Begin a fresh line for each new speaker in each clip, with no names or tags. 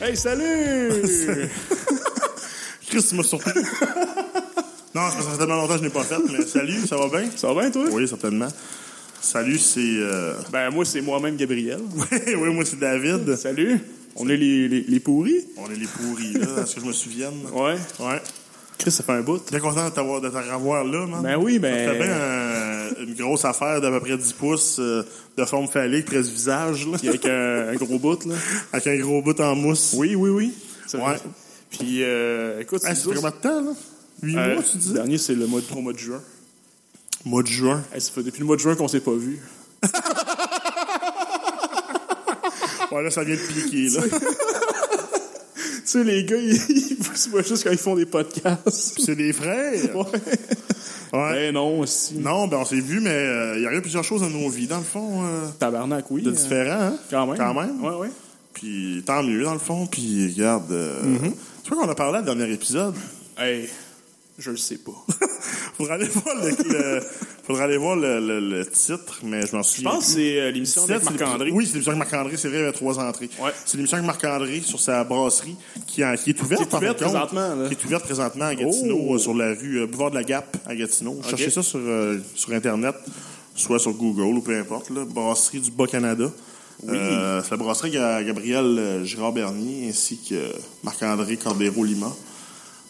Hey, salut!
Chris, tu m'as surpris. non, c'est parce que ça fait tellement longtemps que je n'ai pas fait, mais salut, ça va bien?
Ça va bien, toi?
Oui, certainement. Salut, c'est. euh,
Ben, moi, c'est moi-même Gabriel.
Oui, oui, moi, c'est David.
Salut! On est les, les, les pourris?
On est les pourris, là, à ce que je me souvienne.
Ouais.
Ouais.
Chris, ça fait un bout.
Bien content de t'avoir- de te revoir là, man.
Ben oui,
Ça
ben.
fait bien euh, une grosse affaire d'à peu près 10 pouces euh, de forme phallique, presque visage, là.
Puis avec un, un gros bout, là.
Avec un gros bout en mousse.
Oui, oui, oui. Ça
Ouais.
fait- Puis, euh, écoute, c'est
Hey, ça fait
juste-
combien de temps, là? 8
Euh,
mois, tu
le
dis?
dernier, c'est le mois de, au mois de juin.
Mois de juin.
Hey, ça fait depuis le mois de juin qu'on s'est pas vu.
Ouais, là, ça vient de piquer, là.
Tu sais, les gars, ils, ils se voient juste quand ils font des podcasts.
Puis c'est des frères.
Ouais.
Ouais.
Ben non, si.
Non, ben on s'est vu, mais euh, il y a eu plusieurs choses dans nos vies, dans le fond, euh,
Tabarnak, oui.
de
euh,
différents, hein?
Quand même.
Quand même.
Ouais, ouais.
Puis tant mieux, dans le fond. Puis regarde, euh,
Mm-hmm.
tu vois qu'on a parlé dans le dernier épisode.
Hey, je le sais pas.
Faudra aller voir le, le- faudra aller voir le, le- le titre, mais je m'en
Je
souviens.
pense que
plus.
c'est euh, l'émission avec
Sept, c'est
Marc-André.
l'épisode- Oui, c'est l'émission avec Marc-André, c'est vrai, il y avait trois entrées.
Ouais.
C'est l'émission avec Marc-André sur sa brasserie qui, en- qui est ouverte,
Qui est ouverte
en fin de compte.
présentement, là.
Qui est ouverte présentement à Gatineau,
Oh.
euh, sur la rue euh, Boulevard de la Gap à Gatineau.
Ok.
Cherchez ça sur, euh, sur Internet, soit sur Google ou peu importe, là, Brasserie du Bas-Canada. Euh, c'est la brasserie à Gabriel euh, Girard-Bernier ainsi que Marc-André Cordero-Lima.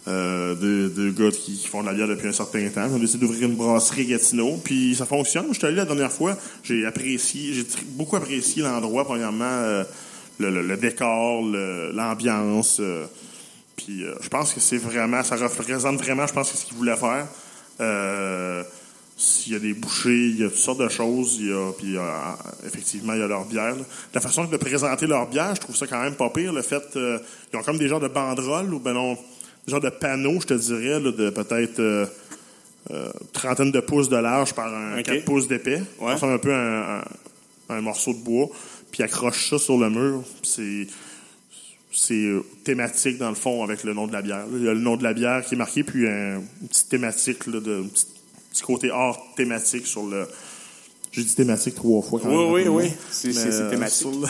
Euh, deux, deux gars qui, qui font de la bière depuis un certain temps. Ils ont décidé d'ouvrir une brasserie à Gatineau, puis ça fonctionne. Je suis allé la dernière fois, j'ai apprécié, j'ai tr- beaucoup apprécié l'endroit, premièrement, euh, le, le- le décor, le- l'ambiance. euh, puis euh, je pense que c'est vraiment, ça représente vraiment, je pense, que ce qu'ils voulaient faire. Euh, s'il y a des bouchées, il y a toutes sortes de choses. Il y a, puis euh, effectivement, il y a leur bière. là. La façon de présenter leur bière, je trouve ça quand même pas pire. Le fait, euh, ils ont comme des genres de banderoles ou ben non, des genres de panneaux, je te dirais, là, de peut-être euh, euh, trentaine de pouces de large par un
Ok.
4 pouces d'épais.
Ouais.
Ça ressemble un peu à un, à un morceau de bois. Puis accroche ça sur le mur. Puis C'est c'est euh, thématique dans le fond avec le nom de la bière. là. Il y a le nom de la bière qui est marqué, puis un, une petite thématique, là, de, un petit, petit côté art thématique sur le. J'ai dit thématique trois fois. Quand
Oui,
même,
oui,
rapidement.
oui. C'est- c'est-
Mais,
c'est
euh,
thématique.
Sur le,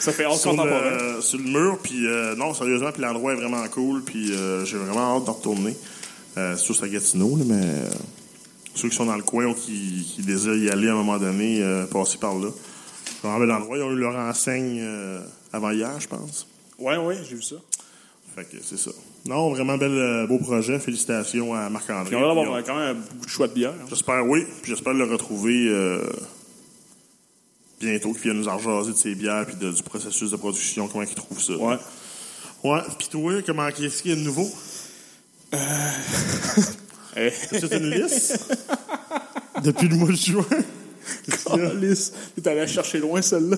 Ça fait hors
sur
contemporain.
le- sur le mur, puis euh, non, sérieusement, puis l'endroit est vraiment cool, puis euh, j'ai vraiment hâte d'en retourner. Euh, c'est sûr, c'est à Gatineau, là, mais euh, ceux qui sont dans le coin ou qui, qui désirent y aller à un moment donné, euh, passer par là. C'est vraiment bel endroit. Ils ont eu leur enseigne euh, avant hier, je pense.
Ouais, ouais, j'ai vu ça.
Fait que c'est ça. Non, vraiment bel, euh, beau projet. Félicitations à Marc-André.
Puis on va
Puis
avoir
on-
quand même beaucoup de choix de bière. hein.
J'espère, oui. Puis j'espère le retrouver euh, bientôt, qu'il vienne nous en jaser de ses bières puis de- du processus de production, comment il trouve ça.
Ouais.
Ouais. Puis toi, comment, qu'est-ce qu'il y a de nouveau?
Hey.
C'est une liste? Depuis le mois de juin?
Calice. T'es allé la chercher loin, celle-là.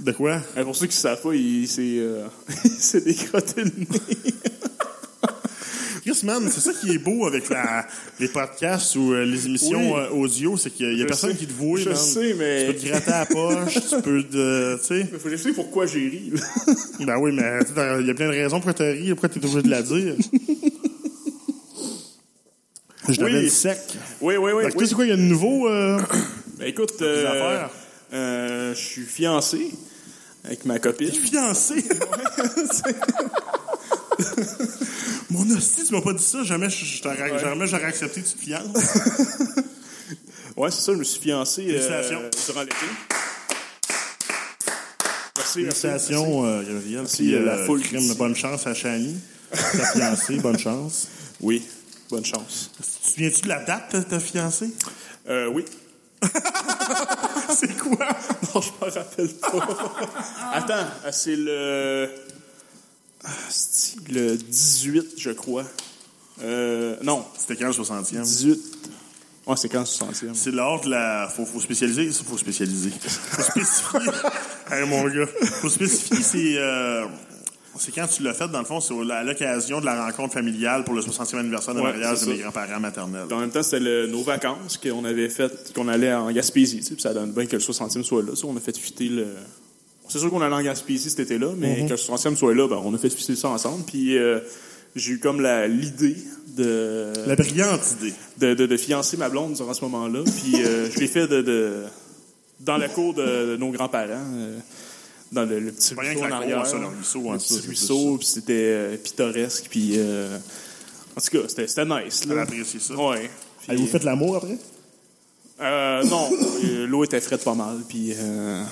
De quoi?
Hey, Eh, pour ceux qui ne savent pas, il s'est euh, il s'est décrotté le nez.
Chris, man, c'est ça qui est beau avec la- les podcasts ou euh, les émissions
Oui.
euh, audio, c'est qu'il n'y a,
Je
personne
sais.
qui te voit.
Je
man.
sais, mais-
Tu peux te gratter à la poche, tu peux te... Tu sais...
Il faut que j'explique pourquoi j'ai ri. là.
Ben oui, mais tu sais, il y a plein de raisons pourquoi t'as ri et pourquoi t'es obligé de la dire. Je
Oui.
l'avais sec.
Oui, oui, oui.
Fait que toi,
oui.
c'est quoi, il y a de nouveau? euh?
Ben, écoute, euh,
affaires.
euh, je suis fiancé avec ma copine.
Fiancé! Mon hostie, tu m'as pas dit ça, jamais je- je t'aurais-
Ouais.
jamais j'aurais accepté que tu te fiances.
Ouais, c'est ça, je me suis fiancé euh,
Félicitations.
durant l'été. Merci, merci.
Félicitations, euh, Gabriel.
Merci,
Puis,
euh, la
euh,
foule
crime,
qui dit.
bonne chance à Chani. Ta fiancée, bonne chance.
merci. Oui, bonne chance.
Tu te souviens-tu de la date de ta fiancée?
Euh, oui.
C'est quoi?
Non, je m'en rappelle pas. Attends, euh, c'est le. Ah, c'est-tu Le 18, je crois. Euh, non,
C'était quand le 60e?
18. Ouais, c'est quand le 60e?
C'est l'art de la. Faut, faut spécialiser. ça, Faut spécialiser. Faut spécifier. hey, mon gars. Faut spécifier, c'est. euh, C'est quand tu l'as fait, dans le fond, c'est à l'occasion de la rencontre familiale pour le 60e anniversaire de
Ouais,
mariage
c'est
de
ça.
mes grands-parents maternels.
Puis En même temps, c'était le- nos vacances qu'on avait faites, qu'on allait en Gaspésie. tu sais, Puis ça donne bien que le 60e soit là. tu sais, on a fait fitter le. C'est sûr qu'on allait en Gaspésie cet été-là, mais que le 60e soit là, ben, on a fait fitter ça ensemble. Puis euh, j'ai eu comme la- l'idée de.
La brillante idée.
de, de, de fiancer ma blonde durant ce moment-là. Puis euh, je l'ai fait de, de- dans la cour de, de nos grands-parents. euh, dans le, le petit
Pas rien que
ruisseau en
la cour,
arrière.
hein, ça, le ruisseau,
le
hein, ça,
petit
c'est
ruisseau, puis c'était euh, pittoresque, puis... euh, en tout cas, c'était c'était nice.
Elle
Là.
apprécié ça.
Ouais. Puis,
Avez-vous fait l'amour après?
euh, non, euh, l'eau était fraîche pas mal, puis... euh,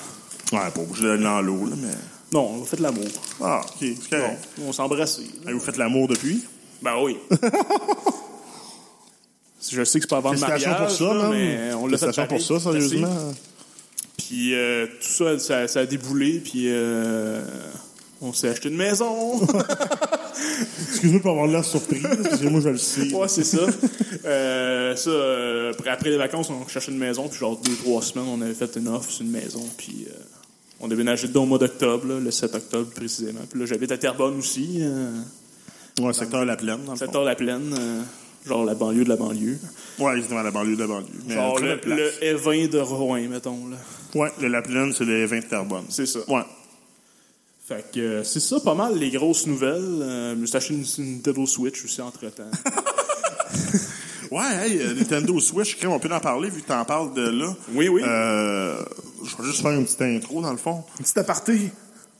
Ouais, pour je l'ai dans l'eau, là, mais.
non, on a fait de l'amour.
Ah, ok, c'est
Bon,
correct.
on s'embrassait. là.
Avez vous faites l'amour depuis?
Ben oui. Je sais que c'est pas avant le
Félicitations
mariage,
pour ça,
là,
man.
mais on l'a fait
Félicitations pour ça,
pareil. Merci.
sérieusement.
Puis euh, tout ça, ça, ça a déboulé, puis euh, on s'est acheté une maison.
Excuse-moi pour avoir l'air surpris, parce que moi, je le sais.
ouais, c'est ça. Euh, ça euh, après, après les vacances, on cherchait une maison, puis genre deux, trois semaines, on avait fait une offre sur une maison, puis euh, on déménageait dedans au mois d'octobre, là, le 7 octobre précisément. Puis là, j'habite à Terrebonne aussi, euh,
Ouais, secteur La Plaine, dans le fond.
7 heures la plaine, euh, genre la banlieue de la banlieue.
Ouais, exactement, la banlieue de la banlieue. Mais
Genre
très
le,
belle place.
le Evin de Rouen, mettons, là.
Ouais, le La Plaine, c'est les 20 Terrebonne.
C'est ça.
Ouais.
Fait que euh, c'est ça, pas mal les grosses nouvelles. Euh, je me suis acheté une, une Nintendo Switch aussi entre temps.
Ouais, hey, euh, Nintendo Switch, crème, on peut en parler vu que t'en parles de là.
Oui, oui.
Euh, je vais juste faire une petite intro dans le fond.
Un petit aparté.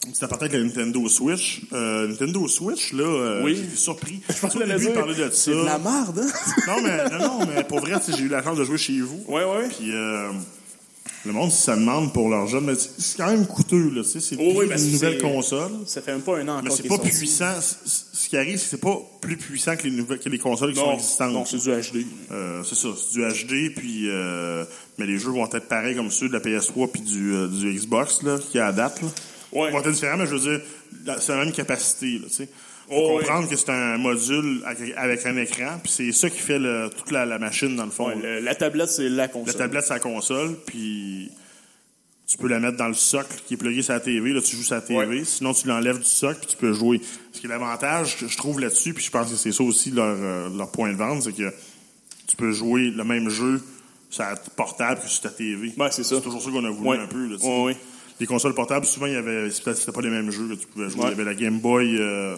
Un petit aparté avec la Nintendo Switch. Euh, Nintendo Switch, là, euh,
Oui.
j'étais surpris. Je
pensais
Au
le
début,
dire.
il parlait de ça.
C'est de la merde, hein?
non, mais, non, non, mais pour vrai, tu sais, j'ai eu la chance de jouer chez vous.
Ouais, ouais.
Puis, euh, le monde, si ça demande pour leur jeu, mais c'est- c'est quand même coûteux, là, tu sais. C'est le
Oh, oui,
prix
ben,
d'une nouvelle
c'est-
console.
Ça fait même pas un an encore
Mais c'est
qu'il
pas
est sorti.
puissant. C- c- Ce qui arrive, c'est que c'est pas plus puissant que les, nouvelles, que les consoles qui sont
Non,
existantes.
non, c'est du HD.
Euh, c'est ça, c'est du HD, puis euh, mais les jeux vont être pareils comme ceux de la PS3 puis du, euh, du Xbox là, qui est à date. Là.
Ouais.
Vont être différents, mais je veux dire, la- c'est la même capacité. Là, tu sais. Faut
Oh,
comprendre que c'est un module avec- avec un écran, puis c'est ça qui fait le- toute la, la machine dans le fond.
Ouais,
là.
le- la tablette, c'est la console.
La tablette, c'est la console, puis tu peux la mettre dans le socle qui est plugué sur la TV. Là, tu joues sur la TV.
Ouais.
Sinon, tu l'enlèves du socle, puis tu peux jouer. Ce qui est l'avantage que je trouve là-dessus, puis je pense que c'est ça aussi leur, euh, leur point de vente, c'est que tu peux jouer le même jeu sur la portable que sur ta TV.
Ouais, c'est ça.
C'est toujours ça qu'on a voulu
Ouais.
un peu. là, tu sais.
Ouais, ouais.
Les consoles portables, souvent, il y avait, c'était c'était pas les mêmes jeux que tu pouvais jouer. Il
Ouais.
y avait la Game Boy, euh,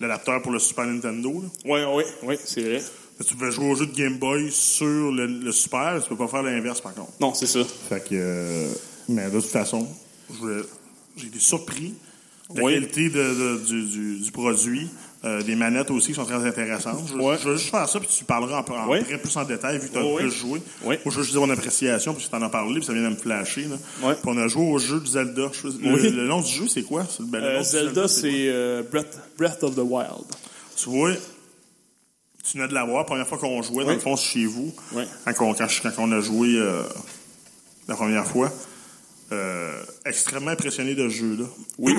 l'adapteur pour le Super Nintendo. là.
Ouais, ouais, ouais, c'est vrai.
Mais Tu pouvais jouer au jeu de Game Boy sur le, le Super, tu peux pas faire l'inverse par contre.
Non, c'est ça.
Fait que, euh, mais de toute façon, je voulais- j'ai été surpris de la
Oui.
qualité de- de- du, du- du produit. Euh, des manettes aussi qui sont très intéressantes. Je,
Ouais.
je vais juste faire ça, puis tu parleras en, en-
Oui.
après, plus en détail, vu que tu as
Oui, oui.
plus joué.
Oui.
Moi, je veux juste dire mon appréciation, parce que tu en as parlé, puis ça vient de me flasher. Là.
Ouais.
Puis on a joué au jeu du Zelda. Je sais- le,
Oui.
le nom du jeu, c'est quoi? C'est le- ben, le
Euh,
nom du
Zelda,
quoi?
c'est euh, Breath, Breath of the Wild.
Tu vois, tu venais de l'avoir, première fois qu'on jouait, dans
Oui.
le fond, chez vous,
Oui.
quand, on, quand, je- quand on a joué euh, la première fois. Euh, extrêmement impressionné de ce jeu-là.
Oui,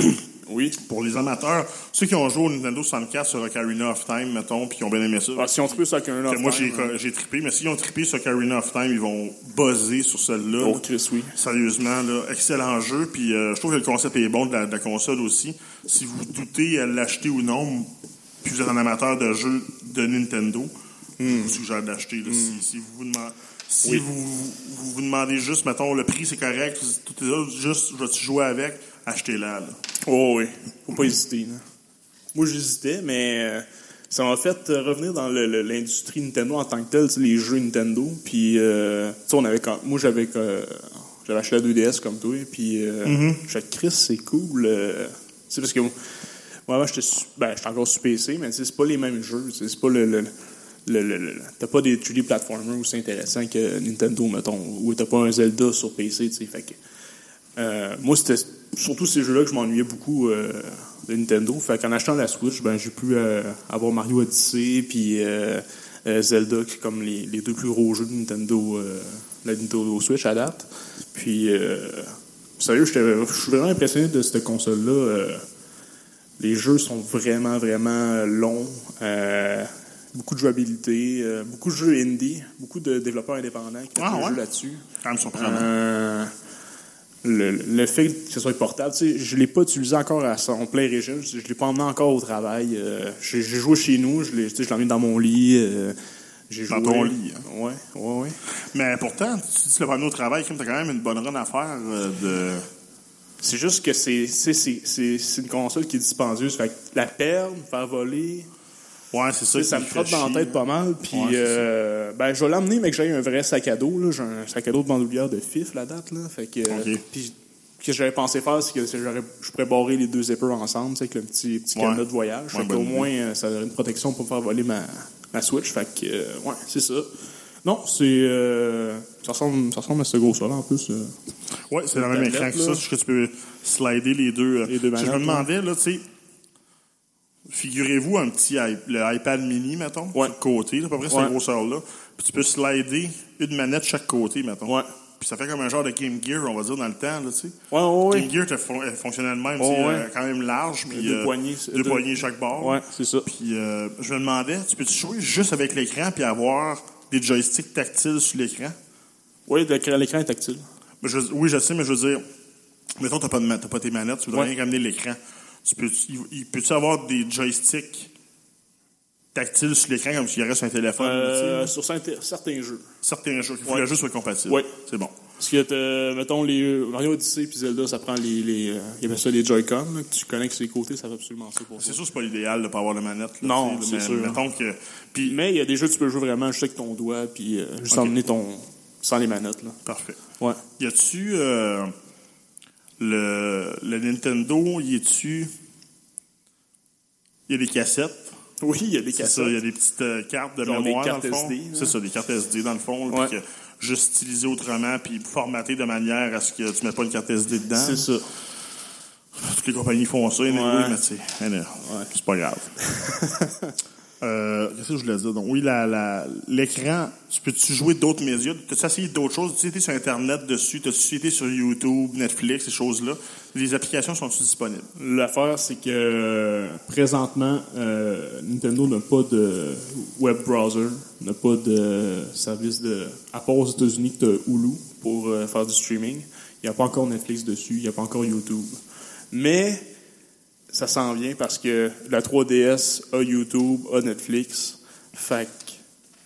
oui.
Pour les amateurs, ceux qui ont joué au Nintendo 64 sur Ocarina of Time, mettons, puis qui ont bien aimé ça.
Ah, si on trouve ça qu'un
que
autre.
moi, j'ai j'ai trippé, mais s'ils ont trippé sur Ocarina of Time, ils vont buzzer sur celle-là.
Oh, Chris, oui.
Sérieusement, là, excellent jeu. Puis euh, je trouve que le concept est bon de la, de la console aussi. Si vous doutez à l'acheter ou non, puis vous êtes un amateur de jeux de Nintendo, je vous suggère d'acheter. là. Si, si vous vous demandez. Si vous, vous vous demandez juste, mettons, le prix c'est correct, tout est là, juste, je vais-tu jouer avec, achetez-la. là.
Oh oui, faut pas hésiter. là. Moi, j'hésitais, mais euh, ça m'a fait euh, revenir dans le- le- l'industrie Nintendo en tant que telle, tu sais, les jeux Nintendo. Puis, euh, tu sais, on avait quand- moi, j'avais euh, j'avais acheté la 2DS comme toi, et puis euh, j'ai dit, Chris, c'est cool. euh. Tu sais, parce que moi, avant, j'étais su- ben, j'étais encore sur PC, mais tu sais, c'est pas les mêmes jeux. tu sais, C'est pas le... le- le- le- le- t'as pas des 3D platformers aussi intéressants que Nintendo, mettons, ou t'as pas un Zelda sur PC, tu sais, fait que... Euh, moi, c'était surtout ces jeux-là que je m'ennuyais beaucoup euh, de Nintendo. Fait qu'en achetant la Switch, ben, j'ai pu euh, avoir Mario Odyssey puis euh, euh, Zelda, qui est comme les, les deux plus gros jeux de Nintendo, euh, la Nintendo Switch à date. Puis, euh, sérieux, j'étais- je suis vraiment impressionné de cette console-là. euh. les jeux sont vraiment, vraiment longs. euh, beaucoup de jouabilité, euh, beaucoup de jeux indie, beaucoup de développeurs indépendants qui font
Ah,
des
ouais?
jeux là-dessus.
Quand même surprenant.
Euh, le, le fait que ce soit portable, tu sais, je l'ai pas utilisé encore à son plein régime. Je, je l'ai pas emmené encore au travail. euh, j'ai j'ai joué chez nous, je l'ai tu sais, je l'ai emmené dans mon lit. euh, j'ai
Dans
joué-
ton lit, hein.
Ouais, ouais, ouais.
Mais pourtant, tu dis le premier au travail, Kim, t'as quand même une bonne run à faire euh, de.
C'est juste que c'est c'est- c'est- c'est- c'est une console qui est dispendieuse. Fait que la perdre, me faire voler,
Ouais, c'est ça.
tu sais,
qui
ça me
fait
frappe dans la
chier,
tête
là.
pas mal. Puis,
Ouais, c'est ça.
euh, ben, je vais l'emmener, mais que j'ai un vrai sac à dos. là. J'ai un sac à dos de bandoulière de FIF, la date. Là. Fait que,
Ok.
puis, Ce que j'avais pensé faire, c'est que c'est- j'aurais- je pourrais barrer les deux zippers ensemble, tu sais, avec le petit, petit
Ouais.
cadenas de voyage.
Ouais,
fait
bonne
qu'au
idée.
moins, euh, ça aurait une protection pour me faire voler ma, ma Switch. Fait que, euh, ouais, c'est ça. Non, c'est. euh, ça, ressemble, ça ressemble à ce gros-là, en plus. euh.
Ouais, c'est le même
tablette,
écran que
là.
ça. Je que tu peux slider les deux. euh,
Les deux
parce que je me
manettes,
demandais, là, tu sais, figurez-vous un petit i- le iPad mini, mettons,
Ouais.
sur le côté, là, à peu près cette
Ouais.
grosseur-là. Puis tu peux slider une manette chaque côté, mettons.
Ouais.
Puis ça fait comme un genre de Game Gear, on va dire, dans le temps, là, tu sais.
Ouais, ouais, ouais.
Game Gear te fon- elle fonctionnait de même,
Ouais,
tu sais,
ouais.
euh, quand même large. Puis, euh,
Deux poignées, c'est-
Deux
deux-
poignées chaque bord.
Ouais, c'est ça.
Puis euh, je me demandais, tu peux-tu jouer juste avec l'écran puis avoir des joysticks tactiles sur l'écran?
Oui, l'écran l'écran est tactile.
Mais je- oui, je sais, mais je veux dire, mettons, t'as pas, de ma- t'as pas tes manettes, tu voudrais
Ouais.
rien ramener l'écran. Tu peux, il, il- peux-tu avoir des joysticks tactiles sur l'écran comme s'il y aurait sur un téléphone?
Euh,
tu sais,
sur certains- certains jeux.
certains jeux, il faut
ouais.
que le jeu soit compatible.
Ouais.
C'est bon.
Parce que, t'as- mettons, les euh, Mario Odyssey puis Zelda, ça prend les. les euh, il y avait ça les Joy-Con, là, que tu connectes sur les côtés, ça fait absolument ça pour
C'est
ça.
sûr, c'est pas l'idéal de pas avoir de manette. là,
Non,
tu sais,
c'est
mais
sûr. hein.
Mettons que. Puis,
Mais il y a des jeux que tu peux jouer vraiment juste avec ton doigt, puis euh, juste
Ok.
emmener ton. sans les manettes, là.
parfait.
Ouais.
Y a-tu euh, le, le Nintendo, y est-tu. Y a des cassettes.
Oui, il y a des
C'est ça,
cassettes.
il y a des petites euh, cartes de
Genre des
mémoire.
cartes
dans le fond.
SD, là.
C'est ça, des cartes SD dans le fond, là, puis
Ouais.
que juste stylisées autrement, puis formatées de manière à ce que tu mettes pas une carte SD dedans.
C'est ça.
Toutes les compagnies font ça, anyway,
Ouais.
mais tu sais, anyway, c'est pas grave. Euh, Qu'est-ce que je voulais dire? Donc, oui, la- la- l'écran, tu peux-tu jouer d'autres médias? T'as-tu essayé d'autres choses? Tu été sur Internet dessus? T'as-tu été sur YouTube, Netflix, ces choses-là? Les applications sont-tu disponibles?
L'affaire, c'est que euh, présentement, euh, Nintendo n'a pas de web browser, n'a pas de service de. À part aux États-Unis, tu as Hulu pour euh, faire du streaming. Il n'y a pas encore Netflix dessus, il n'y a pas encore YouTube. Mais ça s'en vient parce que la 3DS a YouTube, a Netflix. Fait que, tu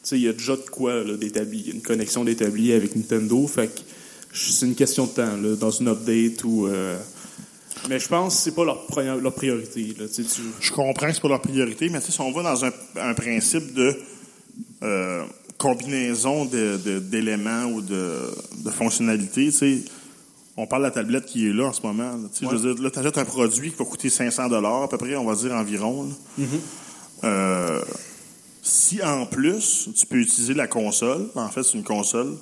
sais, il y a déjà de quoi là, d'établi. Il y a une connexion d'établi avec Nintendo. Fait que c'est une question de temps, là, dans une update ou. euh, mais je pense que c'est pas leur, pri- leur priorité. Là. Tu sais, tu-
je comprends que c'est pas leur priorité, mais tu sais, si on va dans un, un principe de euh, combinaison de- de- d'éléments ou de, de fonctionnalités, tu sais, on parle de la tablette qui est là en ce moment. là. Tu sais, Je veux dire, là, tu achètes un produit qui va coûter 500 à peu près, on va dire environ. là.
Mm-hmm.
Euh, si en plus, tu peux utiliser la console, en fait, c'est une console,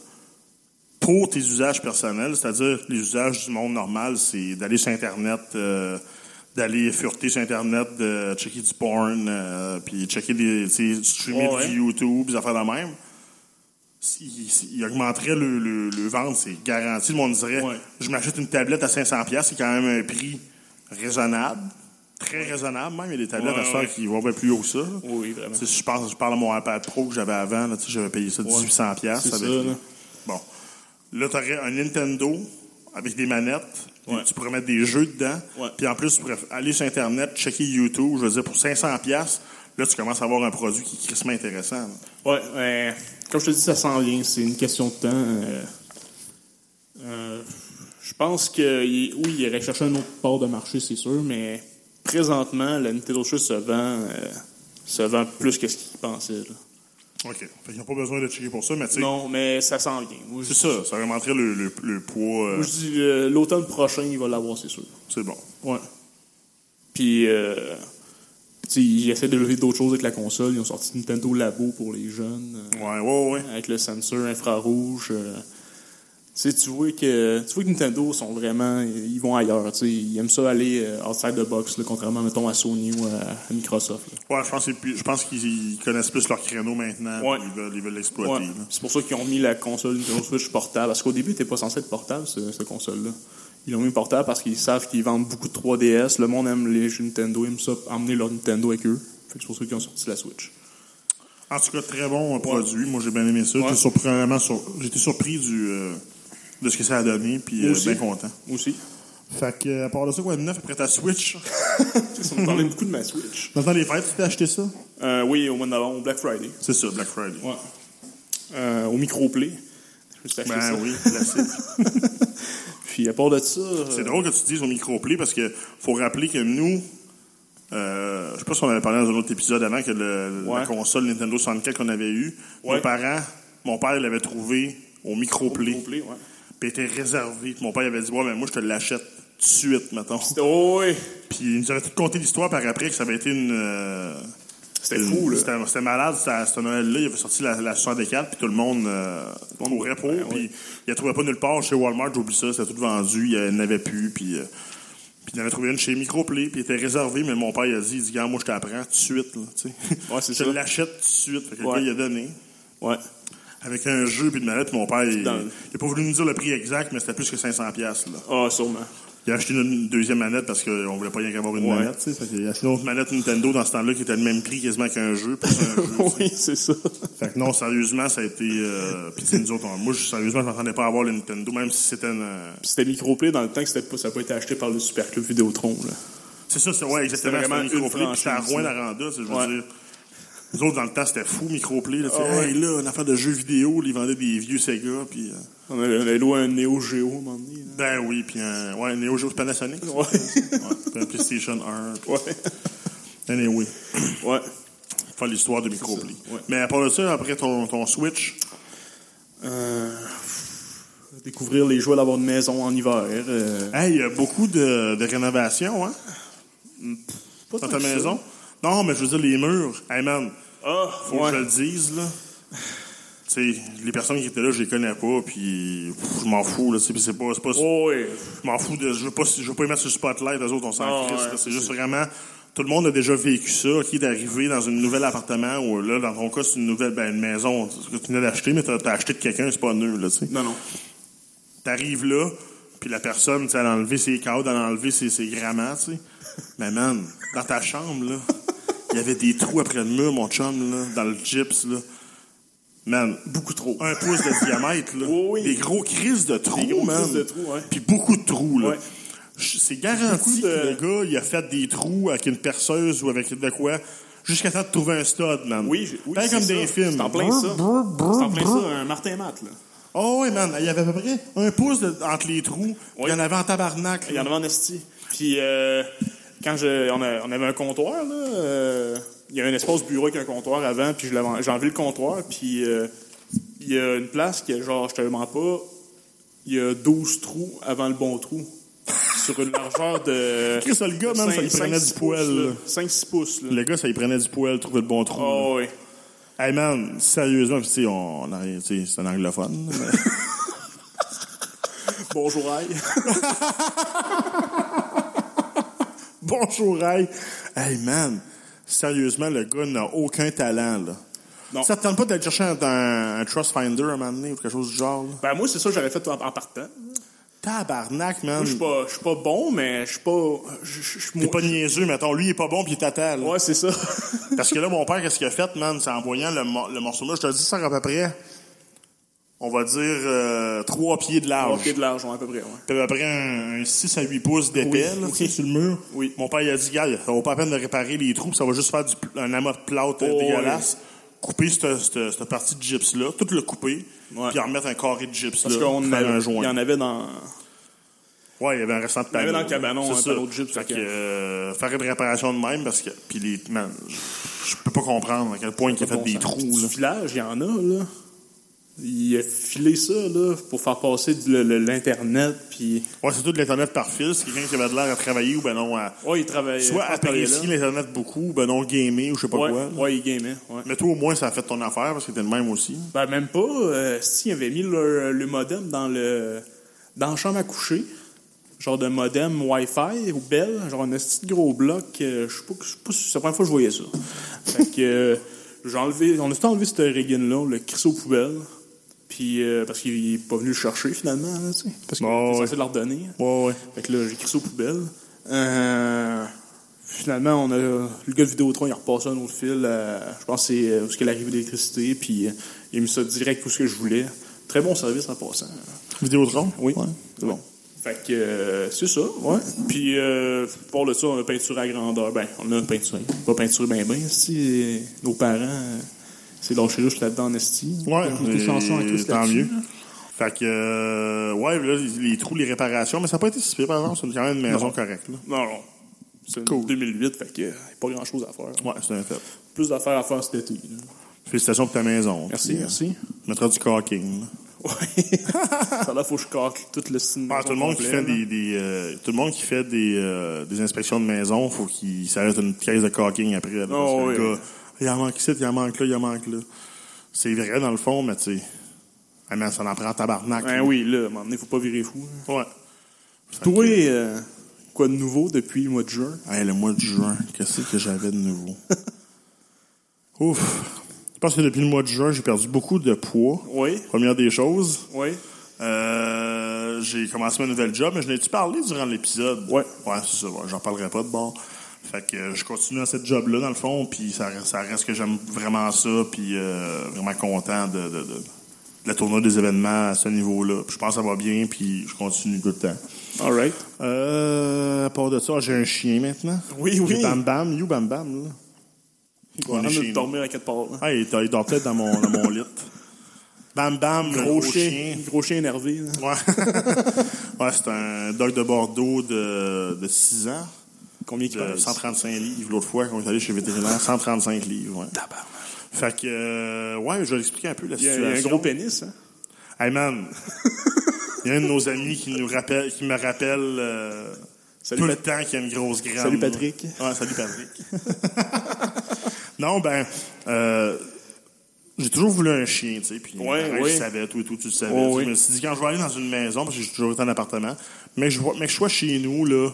pour tes usages personnels, c'est-à-dire les usages du monde normal, c'est d'aller sur Internet, euh, d'aller fureter sur Internet, de checker du porn, euh, puis checker des, tu sais, streamer
Ouais,
du YouTube, des affaires de même. S'il s'il augmenterait le, le, le vente, c'est garanti. Le monde dirait,
Ouais.
je m'achète une tablette à 500$, piastres, c'est quand même un prix raisonnable, très raisonnable même. Il y a des tablettes
Ouais,
à faire
ouais.
qui vont bien plus haut que ça. là.
Oui, vraiment.
Tu sais, Je pense, je parle à mon iPad Pro que j'avais avant, là, tu sais, j'avais payé ça 1800 pièces.
C'est ça, là.
Bon. Là, tu aurais un Nintendo avec des manettes. puis
Ouais.
Tu pourrais mettre des jeux dedans.
Ouais.
Puis en plus, tu pourrais aller sur Internet, checker YouTube, je veux dire, pour 500 pièces. Là, tu commences à avoir un produit qui est crissement intéressant. là.
Ouais, euh, comme je te dis, ça s'en vient. C'est une question de temps. euh, euh, je pense que il- oui, il irait chercher un autre port de marché, c'est sûr, mais présentement, la Nintendo Switch se vend, euh, se vend plus que ce qu'ils pensaient. là.
OK. Fait qu'ils n'ont pas besoin de checker pour ça, mais tu sais,
Non, mais ça s'en vient. Moi, je,
c'est ça. Ça augmenterait le, le- le poids. euh,
moi, je dis euh, l'automne prochain, il va l'avoir, c'est sûr.
c'est bon.
Ouais. Puis, euh, tu sais, ils essaient de lever d'autres choses avec la console. Ils ont sorti Nintendo Labo pour les jeunes. euh,
Ouais, ouais, ouais.
avec le sensor infrarouge. euh, tu sais, tu vois que tu vois que Nintendo sont vraiment ils vont ailleurs, tu sais, ils aiment ça aller euh, outside the box, là, contrairement mettons à Sony ou à, à Microsoft. là.
Ouais, je pense, que c'est plus- je pense qu'ils connaissent plus leur créneau maintenant.
Ouais.
puis Ils veulent ils veulent l'exploiter.
Ouais.
là.
C'est pour ça qu'ils ont mis la console Nintendo Switch portable parce qu'au début, n'était pas censé être portable ce- cette console là. Ils l'ont mis portable parce qu'ils savent qu'ils vendent beaucoup de 3DS, le monde aime les jeux Nintendo, ils aiment ça emmener leur Nintendo avec eux. Fait que c'est pour ça qu'ils ont sorti la Switch.
En tout cas, très bon euh, produit. Moi, j'ai bien aimé ça.
Ouais.
J'étais surpris, vraiment sur- j'étais surpris du, euh, de ce que ça a donné, puis
Moi
euh,
aussi.
bien content.
Moi aussi.
Fait que, euh, à part de ça, quoi, de neuf après ta Switch?
Ça me parlait beaucoup de ma Switch.
Dans le temps des fêtes, tu t'es acheté ça?
Euh, oui, au mois de novembre, Black Friday.
C'est ça, Black Friday.
Ouais. Euh, au microplay. Je me suis acheté
Ben
ça.
oui, classique.
Puis à part de ça. euh,
C'est drôle que tu dises au microplay parce que faut rappeler que nous, euh, je sais pas si on avait parlé dans un autre épisode avant que le-
Ouais.
la console Nintendo 64 qu'on avait eue,
Ouais.
nos parents, mon père l'avait trouvé au microplay.
Microplay, ouais.
Puis Puis elle était réservée. Puis mon père il avait dit Ouais, mais moi, je te l'achète tout de suite, mettons.
C'était- Oh, oui.
Puis il nous avait tout conté l'histoire par après que ça avait été une. euh,
C'était
une-
fou, là.
C'était c'était malade, ça- ce Noël-là. Il avait sorti la, la 64, puis tout le monde euh, courait pour.
Ouais,
puis
ouais.
il la trouvait pas nulle part chez Walmart, j'oublie ça, c'était tout vendu, il euh, n'avait plus. Puis euh, puis il en avait trouvé une chez Microplay, puis il était réservé, mais mon père il a dit, il dit Gars, moi je t'apprends tout de suite. Là, tu sais.
Ouais, c'est
je
ça.
l'achète tout de suite. Fait que
Ouais.
le gars, il a donné.
Ouais.
Avec un jeu puis une manette, puis mon père, il,
Dans-
il a pas voulu nous dire le prix exact, mais c'était plus que 500$. piastres, Là.
Ah, sûrement.
Il a acheté une, une deuxième manette parce qu'on voulait pas rien qu'avoir une
Ouais.
manette, tu sais. Fait qu'il a acheté une autre manette Nintendo dans ce temps-là qui était le même prix quasiment qu'un jeu. plus un jeu.
oui, c'est ça.
Fait que non, sérieusement, ça a été. Euh, puis tu sais, nous autres, on- moi, je- sérieusement, je m'attendais pas à avoir le Nintendo, même si c'était une. euh,
Puis c'était microplay dans le temps que c'était pas, ça n'a pas été acheté par le Super Club Vidéotron. Là.
C'est ça, c'est ouais, exactement.
C'était vraiment
C'était Microplay,
une
puis c'était à
franchise,
Rouen,
là.
Aranda, tu sais, je veux
Ouais.
dire. Nous autres, dans le temps, c'était fou, Microplay. Là, tu sais,
Ah ouais.
hey, là, une affaire de jeux vidéo, là, ils vendaient des vieux Sega, puis. euh,
On avait, on avait loué un Neo Geo, à un moment donné. là.
ben oui, puis
euh,
un. Ouais, un Neo Geo Panasonic. ça,
Ouais.
c'est- ouais, puis un PlayStation 1. Puis...
Ouais.
Anyway.
ouais.
Faire l'histoire de Microplay.
ça, ouais.
Mais à part de ça, après ton, ton Switch,
Euh, découvrir les joies d'avoir une maison en hiver. euh,
hey, il y a beaucoup de, de rénovations, hein,
pas tant
dans ta
que ça.
maison. Non, mais je veux dire, les murs. Hey, man,
Ah,
faut
ouais.
que je le dise, là. Tu sais, les personnes qui étaient là, je les connais pas, puis pff, je m'en fous, là. tu sais, puis c'est pas, c'est pas,
Oh, ouais.
je m'en fous de, je veux pas, je veux pas les mettre sur le spotlight, eux autres, on s'en
Ah,
crisse,
ouais,
là. c'est
c'est
juste vraiment, tout le monde a déjà vécu ça, ok, d'arriver dans un nouvel appartement, ou là, dans ton cas, c'est une nouvelle, ben, une maison, ce que tu venais d'acheter, mais t'as t'as acheté de quelqu'un, c'est pas nul, là, tu sais.
Non, non.
T'arrives là, puis la personne, tu sais, elle a enlevé ses cadres, elle a enlevé ses, ses grammaires, tu sais. Mais man, dans ta chambre, là, il y avait des trous après le mur, mon chum, là, dans le gyps, là. Man,
Beaucoup trop.
un pouce de diamètre, là.
Oui, oui.
Des gros crises de trous,
Des gros
man.
crises de trous, ouais.
Puis beaucoup de trous, là.
Ouais.
Je- C'est
Beaucoup de-
garanti que le gars, il a fait des trous avec une perceuse ou avec de quoi, jusqu'à temps de trouver un stud, man.
Oui, j'ai- oui
Pareil
c'est
comme
ça.
des films. Hein?
C'est en plein ça. C'est en plein ça, un Martin Matt, là.
Oh oui, man, il y avait à peu près un pouce de- entre les trous. Il y en avait en tabarnak.
Il y en avait en esti. Puis euh, quand je, on, a- on avait un comptoir, là, euh, il y a un espace bureau avec un comptoir avant, puis je l'avais- j'ai enlevé le comptoir, puis euh, il y a une place qui est genre, je te le mens pas, il y a 12 trous avant le bon trou. sur une largeur de.
Chris, le gars, man, ça lui prenait du poil, là.
5-6 pouces, là.
Le gars, ça y prenait du poil, trouvait le bon trou. là.
Oh, oui.
Hey man, sérieusement, pis tu sais, on, on a rien- tu sais, c'est un anglophone. là, mais-
Bonjour, aïe.
Bonjour, hey. Hey man, sérieusement, le gars n'a aucun talent, là.
Non.
Ça te tente pas d'aller chercher un, un- un Trust Finder à un moment donné ou quelque chose du genre, là?
Ben, moi, c'est ça que j'aurais fait en, en partant.
Tabarnak, man.
Moi, je suis pas, je suis pas bon, mais je suis pas. Je je- je-
T'es pas niaiseux, mettons. Lui, il est pas bon, puis il t'attend, là.
Ouais, c'est ça.
Parce que là, mon père, qu'est-ce qu'il a fait, man? C'est en voyant le, mor- le morceau là, je te le dis ça à peu près, on va dire euh, trois pieds de large.
Ok, de l'argent, à peu près, ouais.
Puis à peu près un, 6 à 8 pouces d'épais,
Oui,
là,
oui.
tu sais, sur le mur.
Oui.
Mon père, il a dit, gars, on va pas à peine de réparer les trous, puis ça va juste faire du pl- un amas de plâtre euh,
Oh,
dégueulasse. Couper cette, cette, cette partie de gyps-là, tout le couper,
Ouais.
puis en remettre un carré de gyps
Parce
là,
qu'on
faire
avait-
un
Il y
joint.
en avait dans.
Ouais, il y avait un restant de
Il y en
panneau.
avait dans le cabanon,
C'est
un
ça.
panneau de gyps,
Fait
fait
que,
que-
euh, faire une réparation de même, parce que, puis les, man, je peux pas comprendre à quel point il a fait des trous,
Du
là.
village, il y en a, là. Il a filé ça, là, pour faire passer de le- le- l'Internet, puis.
Ouais, c'est tout de l'Internet par fil. C'est quelqu'un qui avait de l'air à travailler ou ben non à...
Ouais, il travaillait.
Soit
il travaillait
apprécier l'Internet beaucoup, ben non gamer ou je sais pas
là.
quoi.
Ouais,
là.
ouais, il gamait, ouais.
Mais toi, au moins, ça a fait ton affaire parce que t'es le même aussi.
Ben, même pas. euh, S'il avait mis le, le modem dans le dans la chambre à coucher, genre de modem Wi-Fi ou Bell, genre un petit gros bloc, euh, je sais pas, je sais pas si- c'est la première fois que je voyais ça. fait que euh, j'ai enlevé, on a tout enlevé ce Reagan-là, on l'a crissé aux poubelles, puis euh, parce qu'il est pas venu le chercher finalement, là, tu sais, parce qu'il
Bon,
était
ouais.
censé leur donner. hein.
Ouais, ouais.
Fait que là, j'ai crissé aux poubelles. Euh, finalement, on a, le gars de Vidéotron, il a repassé un autre fil. à- je pense que c'est euh, où est-ce qu'il arrive d'électricité. Puis euh, il a mis ça direct où ce que je voulais. Très bon service en passant.
Vidéotron?
Oui.
Ouais, c'est bon.
Fait que euh, c'est ça, ouais. Puis euh, pour le ça, on a peinture à grandeur. Ben, on a peinture. Pas peinture ben ben, si euh, nos parents, euh, c'est lâché louche là-dedans en esti.
Ouais,
On a des chansons à tous
et tant
là-dessus,
mieux.
là.
Fait que, euh, ouais, là, les, les trous, les réparations, mais ça n'a pas été si pire, par exemple. C'est quand même une maison
Non.
correcte, là.
Non, non. C'est
Cool.
2008, fait que euh, pas grand-chose à faire.
Ouais, c'est un fait.
Plus d'affaires à faire cet été. là.
Félicitations pour ta maison.
Merci, merci.
Tu mettras du caulking, là.
Ouais. ça là, faut que je caque tout le cinéma.
Ah, tout, le monde qui fait
hein.
des, des, euh, tout le monde qui fait des, euh, des inspections de maison, faut qu'il s'arrête une pièce de caulking après. là, parce
Oh,
que le
oui.
gars, il en manque ici, il en manque là, il en manque là. C'est vrai dans le fond, mais tu sais. Ah, mais ça en prend en tabarnak.
Ben
là.
oui, là, à un moment donné, faut pas virer fou. là.
Ouais.
Toi, euh, quoi de nouveau depuis le mois de juin?
Hey, le mois de juin, qu'est-ce que j'avais de nouveau? Ouf. Je pense que depuis le mois de juin, j'ai perdu beaucoup de poids.
Oui.
Première des choses.
Oui.
Euh, j'ai commencé ma nouvelle job, mais je n'ai-tu parlé durant l'épisode?
Ouais.
Ouais, c'est ça. ouais, J'en parlerai pas de bon. Fait que euh, je continue dans cette job-là, dans le fond, puis ça, reste- ça reste que j'aime vraiment ça, puis euh, vraiment content de, de, de, de la tournure des événements à ce niveau-là. Puis je pense que ça va bien, puis je continue tout le temps.
All right.
Euh, à part de ça, j'ai un chien maintenant.
Oui, oui.
J'ai Bam Bam, you Bam Bam, là.
On
est
a
chez
de
nous.
dormir à quatre parts. là.
Ah, il, dort- il dort peut-être dans mon, dans mon lit. Bam Bam, le gros chien.
Gros chien énervé. là.
Ouais. ouais, c'est un dog de Bordeaux de, de 6 ans,
Combien qu'il
de
pèse?
135 livres. L'autre fois, quand on est allé chez le vétérinaire, 135 livres. Ouais.
Tabarnak.
Fait que, euh, ouais, je vais l'expliquer un peu la
Il y a il y a un
situation.
gros pénis, hein?
Hey man, il y a un de nos amis qui, nous rappelle, qui me rappelle euh,
Salut,
tout
Pat-
le temps qu'il y a une grosse graine.
Salut, Patrick.
Ouais, salut Patrick. non, ben, euh, j'ai toujours voulu un chien, tu sais. Puis,
Ouais,
mes parents,
ouais.
je savais, tout et tout, tu le savais.
Ouais,
tu sais,
ouais.
Je me suis dit, quand je vais aller dans une maison, parce que j'ai toujours été en appartement, mais je vois, mais que je sois chez nous, là,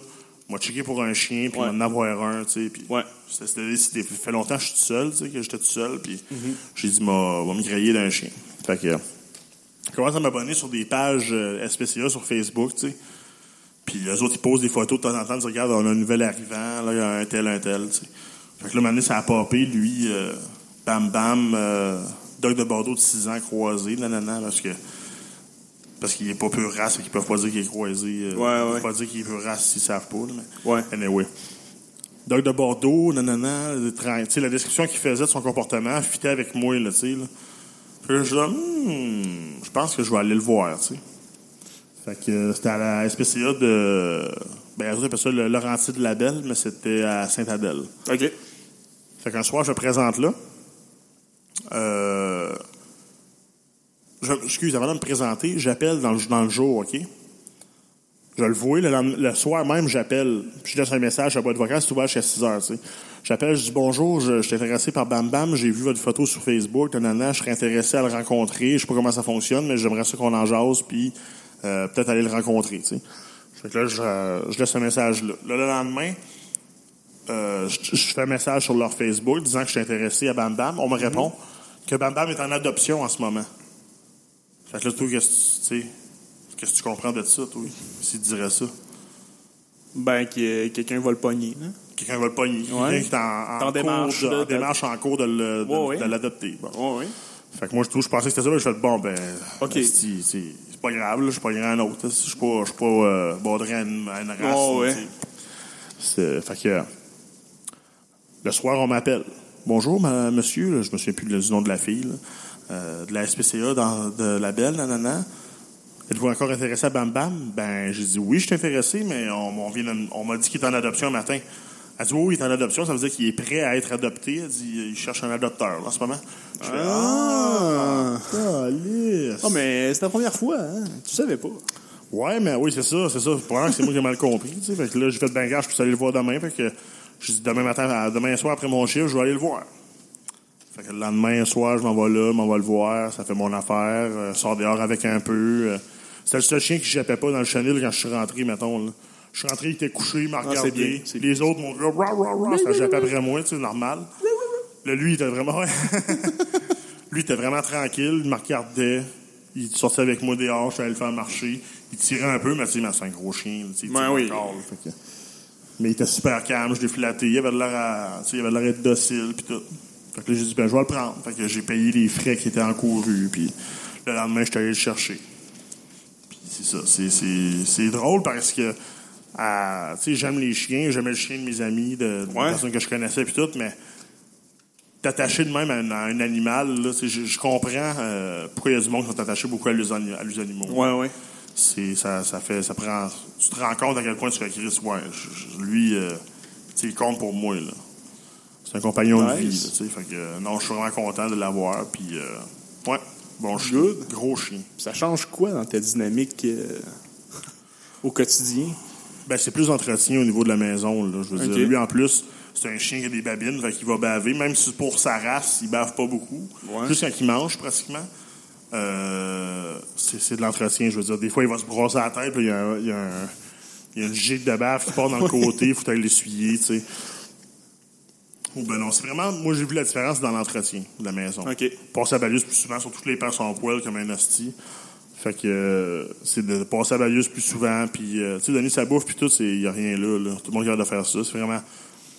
moi, checker pour un chien, puis
Ouais.
en avoir un, tu sais. Puis,
Ouais.
c'était- C'était décidé. Ça fait longtemps que je suis tout seul, tu sais, que j'étais tout seul, puis
Mhm.
j'ai dit, m'a- va me griller d'un chien. Fait que, je commence à m'abonner sur des pages euh, SPCA sur Facebook, tu sais. Puis les autres, ils posent des photos de temps en temps, ils disent, regarde, on a un nouvel arrivant, là, il y a un tel, un tel, tu sais. Fait que là, maintenant, ça a popé, lui, euh, bam bam, euh, Doc de Bordeaux de 6 ans croisé, nanana, parce que. Parce qu'il est pas pur race et qu'ils peuvent pas dire qu'il est croisé. euh,
Ouais, ouais.
Ils peuvent pas dire qu'il est pur race s'ils savent pas, là, mais.
Ouais.
Anyway. Doc de Bordeaux, nanana, le train- tu sais, la description qu'il faisait de son comportement fitait avec moi, là, tu sais, là. Puis là, je suis là, Hmm, je pense que je vais aller le voir, tu sais. Fait que euh, c'était à la SPCA de. Ben, on appelle ça le Laurentier de la Belle, mais c'était à Sainte-Adèle.
OK.
Fait qu'un soir, je me présente là. Euh, je, excuse, avant de me présenter, j'appelle dans le, dans le jour, OK? Je le vois, le, lendem- le soir même, j'appelle. Puis je laisse un message à boîte vocale, c'est ouvert jusqu'à 6 heures, tu sais. J'appelle, je dis bonjour, je, je suis intéressé par Bam Bam, j'ai vu votre photo sur Facebook, nanana, je serais intéressé à le rencontrer, je sais pas comment ça fonctionne, mais j'aimerais ça qu'on en jase, puis euh, peut-être aller le rencontrer, tu sais. Fait que là, je, euh, je laisse un message là. Là, le lendemain, euh, je, je fais un message sur leur Facebook disant que je suis intéressé à Bam Bam. On
Mhm.
me répond que Bam Bam est en adoption en ce moment. Fait que là, toi, qu'est-ce que tu tu sais, qu'est-ce que tu comprends de ça, toi, s'il te dirait ça?
Ben, qu'il y ait- quelqu'un va le pogner. là.
Quelqu'un va le pogner.
Ouais.
Quelqu'un qui est en, en
T'en
cours
démarche,
de-
là,
en
de-
démarche en cours de le- de-
Ouais, ouais.
de l'adopter. Bon.
Ouais, ouais.
Fait que moi, je, trouve- je pensais que c'était ça, mais je fais bon, ben.
Ok.
esti, C'est c'est pas grave, là, je suis pas grand autre. là. Je suis pas, je suis pas euh, borderé à une, à une race.
Oh, Ouais,
là,
ouais.
tu sais. C'est- Fait que. euh, Le soir, on m'appelle. Bonjour, ma- monsieur, là, je me souviens plus du nom de la fille, là, euh, de la SPCA dans, de la Belle, nanana. Êtes-vous encore intéressé à Bam Bam? Ben, j'ai dit oui, je suis intéressé, mais on, on vient de- on m'a dit qu'il est en adoption un matin. Elle dit oui, oui, il est en adoption, ça veut dire qu'il est prêt à être adopté. Elle dit il cherche un adopteur là, en ce moment. Je fais,
Ah!
Calice.
Non, Ah, mais c'est la première fois, hein? Tu savais pas.
Ouais, mais oui, c'est ça, c'est ça. Probablement que c'est moi qui ai mal compris. tu sais. Fait que là, j'ai fait le bangage, je suis allé le voir demain. Fait que je dis demain matin, à- demain soir après mon chiffre, je vais aller le voir. Fait que le lendemain soir, je m'en vais là, je m'en vais le voir, ça fait mon affaire, euh, sors dehors avec un peu. euh. C'était le seul chien qui jappait pas dans le chenil quand je suis rentré, mettons. là. Je suis rentré, il était couché, il m'a
Ah, c'est bien,
regardé.
c'est
Les autres m'ont dit rah, rah, rah, ça jappait après moi, tu sais, normal. Là, lui, il était vraiment. lui, il était vraiment tranquille, il me regardait. Il sortait avec moi dehors, je suis allé le faire marcher. Il tirait un peu, mais tu sais, mais c'est un gros chien. tu sais, il
Ben
tire
oui.
encore, là, fait que- Mais il était super calme, je l'ai flatté, il avait de l'air à- tu sais, il avait de l'air d'être docile, puis tout. Fait que là, j'ai dit, ben, je vais le prendre. Fait que j'ai payé les frais qui étaient encourus, puis le lendemain, je suis allé le chercher. Puis c'est ça, c'est, c'est, c'est drôle parce que, ah, tu sais, j'aime les chiens, j'aimais le chien de mes amis, de, de
Ouais.
personnes que je connaissais, puis tout, mais t'attacher de même à un, à un animal, là, tu sais, je, je comprends euh, pourquoi il y a du monde qui sont attachés beaucoup à leurs ani- à leurs animaux.
Ouais, ouais.
C'est, ça, ça fait, ça prend, tu te rends compte à quel point tu fais Chris, ouais, je- je- lui, euh, tu sais, il compte pour moi, là. C'est un compagnon de vie,
Nice.
là, tu sais, fait que, euh, non, je suis vraiment content de l'avoir, puis, euh, ouais. Bon chien.
Good.
Gros chien.
Puis ça change quoi dans ta dynamique euh, au quotidien?
Ben, c'est plus d'entretien au niveau de la maison, là. Je veux
Ok.
dire, lui, en plus, c'est un chien qui a des babines, fait qu'il va baver. Même si pour sa race, il bave pas beaucoup.
Ouais.
Juste quand il mange, pratiquement. Euh, c'est c'est de l'entretien, je veux dire. Des fois, il va se brosser la tête, puis il y a, un- il y a un... Il y a une gigue de bave qui part dans le côté, il faut aller l'essuyer, tu sais. Oh, ben non, c'est vraiment... Moi, j'ai vu la différence dans l'entretien de la maison.
OK.
Passer à baluse plus souvent, surtout que les pères sont en poil comme un hostie. Fait que euh, c'est de passer à baluse plus souvent, puis euh, tu sais, donner sa bouffe, puis tout, il n'y a rien là, là. Tout le monde garde de faire ça. C'est vraiment.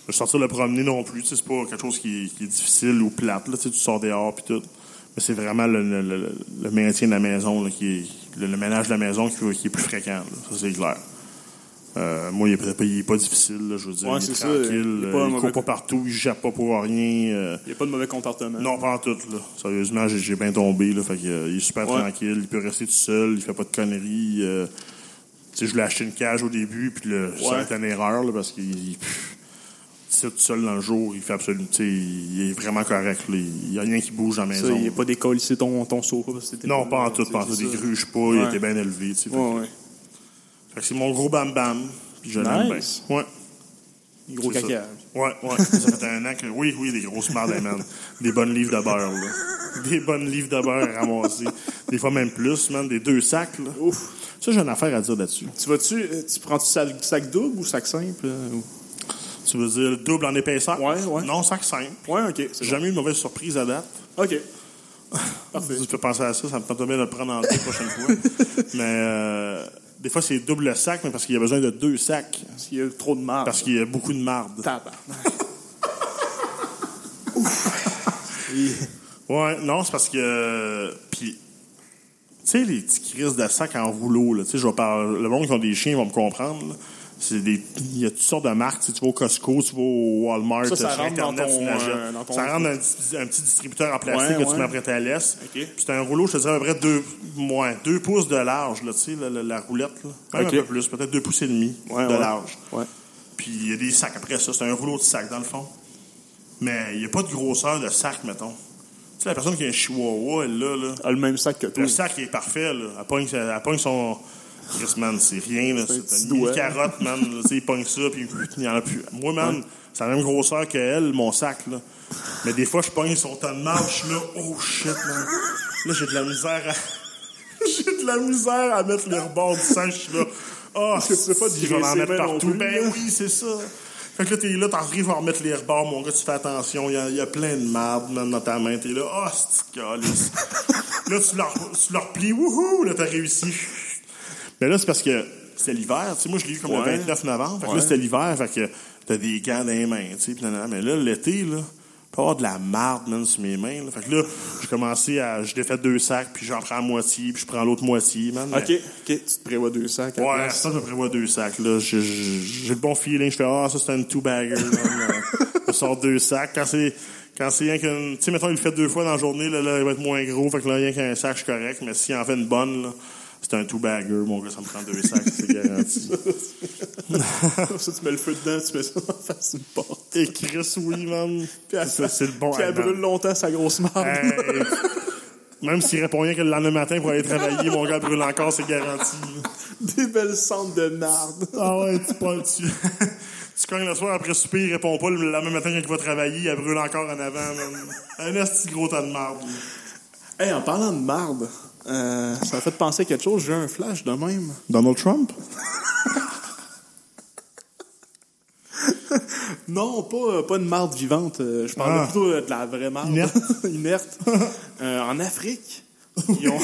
Je sortir le promener non plus, tu sais, c'est pas quelque chose qui, qui est difficile ou plate, là, tu sais, tu sors dehors, puis tout. Mais c'est vraiment le, le- le- le maintien de la maison, là, qui est- le, le ménage de la maison qui, qui est plus fréquent, là. ça c'est clair. Euh, moi, il est, pas- il est pas difficile, là, je veux dire.
Ouais,
il est,
c'est ça.
tranquille,
Il est
euh,
pas un
il
mauvais-
court pas partout, il jappe pas pour rien. euh,
Il n'y a pas de mauvais comportement.
non, pas en tout, là. Sérieusement, j'ai- j'ai bien tombé, là. Fait que, euh, il est super
Ouais.
tranquille, il peut rester tout seul, il fait pas de conneries. euh, tu sais, je lui ai acheté une cage au début, puis le, ça a
Ouais.
été une erreur, là, parce qu'il il- pff, il est tout seul dans le jour, il fait absolument. tu sais, il est vraiment correct, là. Il y a rien qui bouge dans la
Ça,
maison.
il n'y a pas d'école ici, ton, ton sofa. parce que t'étais
non, pas en
là,
tout,
c'est-
pas en tout.
c'est
Il
ça.
gruge pas, il
Ouais.
était bien élevé, tu sais. Fait
Ouais, ouais.
que- Fait que c'est mon gros bam-bam, puis je l'aime
Nice.
bien. Ouais.
Gros
C'est
caca.
Ouais, ouais. ça fait un an que. Oui, oui, des grosses merdes, hey, man. Des bonnes livres de beurre, là. Des bonnes livres de beurre ramassées. Des fois même plus, man. Des deux sacs, là.
Ouf.
Ça, j'ai une affaire à dire là-dessus.
Tu vas-tu, euh, tu prends-tu sac, sac double ou sac simple? euh, ou-
Tu veux dire le double en épaisseur?
Ouais, ouais.
Non, sac simple.
Ouais, ok. c'est
J'ai jamais eu une mauvaise surprise à date.
bon. Ok. Parfait.
Tu peux penser à ça, ça me tente bien de le prendre en deux la prochaine fois. Mais euh, des fois, c'est double sac, mais parce qu'il y a besoin de deux sacs.
Parce qu'il y a trop de marde.
Parce qu'il y a beaucoup de marde.
Tabarnak.
Ouais, non, c'est parce que. euh, Puis. Tu sais, les petits crises de sac en rouleau, là. Tu sais, je vais parler. Le monde qui ont des chiens va me comprendre, là. C'est des. Il y a toutes sortes de marques. Tu sais, tu vas au Costco, tu vas au Walmart,
Ça, ça
sur
rentre dans
Internet,
ton,
tu l'achètes.
euh, dans ton-
Ça rentre dans un, petit- un petit distributeur en plastique
Ouais,
que
ouais.
tu mets après ta laisse.
OK.
Puis c'est un rouleau, je te dirais, à peu près deux, moins, deux pouces de large, là, tu sais, la, la- la roulette, là. Même
OK.
un peu plus, peut-être deux pouces et demi
Ouais,
de
ouais.
large.
Ouais.
Puis il y a des sacs après ça. C'est un rouleau de sac, dans le fond. Mais il n'y a pas de grosseur de sac, mettons. Tu sais, la personne qui a un chihuahua, elle là, là.
A Ah, le même sac que toi.
Le sac il est parfait, là. Elle pogne, sa- elle pogne son. Chris, man, c'est rien, là.
C'est un petit
C'est une mini
doigt.
carotte, man. là. Tu sais, il pogne ça, puis il n'y en a plus. Moi, man, c'est la même grosseur que elle, mon sac, là. Mais des fois, je pogne son tas de marde, je suis là, oh shit, man. Là, j'ai de la misère à. j'ai de la misère à mettre le rebord du sac, je suis là. Ah,
Parce que tu peux pas
si, je vais en
graisser
mettre
bien non
partout.
plus,
Ben
là.
oui, c'est ça. Fait que là, t'es là, t'arrives à remettre les rebords, mon gars, tu fais attention, il y a- il y, a plein de marde man, dans ta main, t'es là, oh, c'est calice. Là, tu leur, tu leur plies, wouhou, là, t'as réussi. Mais là, c'est parce que c'était l'hiver, tu sais, moi, je l'ai eu comme le
Ouais.
29 novembre, fait que là,
Ouais.
c'était l'hiver, fait que t'as des gants dans les mains, tu sais, pis nanana. mais là, l'été, là, je peux avoir de la marde, man, sur mes mains, là. Fait que là, j'ai commencé à, je défais deux sacs, puis j'en prends la moitié, puis je prends l'autre moitié, man.
Ok. Ok. Tu te prévois deux sacs. à la
Ouais,
place.
ça, je me prévois deux sacs. là. J'ai j'ai- j'ai le bon feeling. Je fais, ah, ça, c'est un two-bagger. là. je sors deux sacs. Quand c'est quand c'est rien qu'une. Tu sais, mettons, il le fait deux fois dans la journée, là, là, il va être moins gros. Fait que là, rien qu'un sac, je suis correct. Mais s'il en fait une bonne, là, c'est un two-bagger. Mon gars, ça me prend deux sacs, c'est garanti.
ça, tu mets le feu dedans, tu mets ça en face d'une porte.
Et Chris, oui, man.
Puis elle,
Ça, c'est le bon
Puis elle
allemand.
brûle longtemps sa grosse marde.
Hey. Même s'il répond rien que le lendemain matin pour aller travailler, mon gars brûle encore, c'est garanti. là.
Des belles cendres de marde.
Ah ouais, tu parles, tu... tu cognes le soir après souper, il répond pas le lendemain matin quand il va travailler, il brûle encore en avant, man. Un esti gros tas de marde.
Hey, en parlant de marde, euh, ça m'a fait penser à quelque chose. J'ai eu un flash de même.
Donald Trump?
Non, pas, euh, pas une marde vivante. euh, je parlais
Ah.
plutôt euh, de la vraie marde.
Inerte.
Inerte. Euh, en Afrique, ils ont...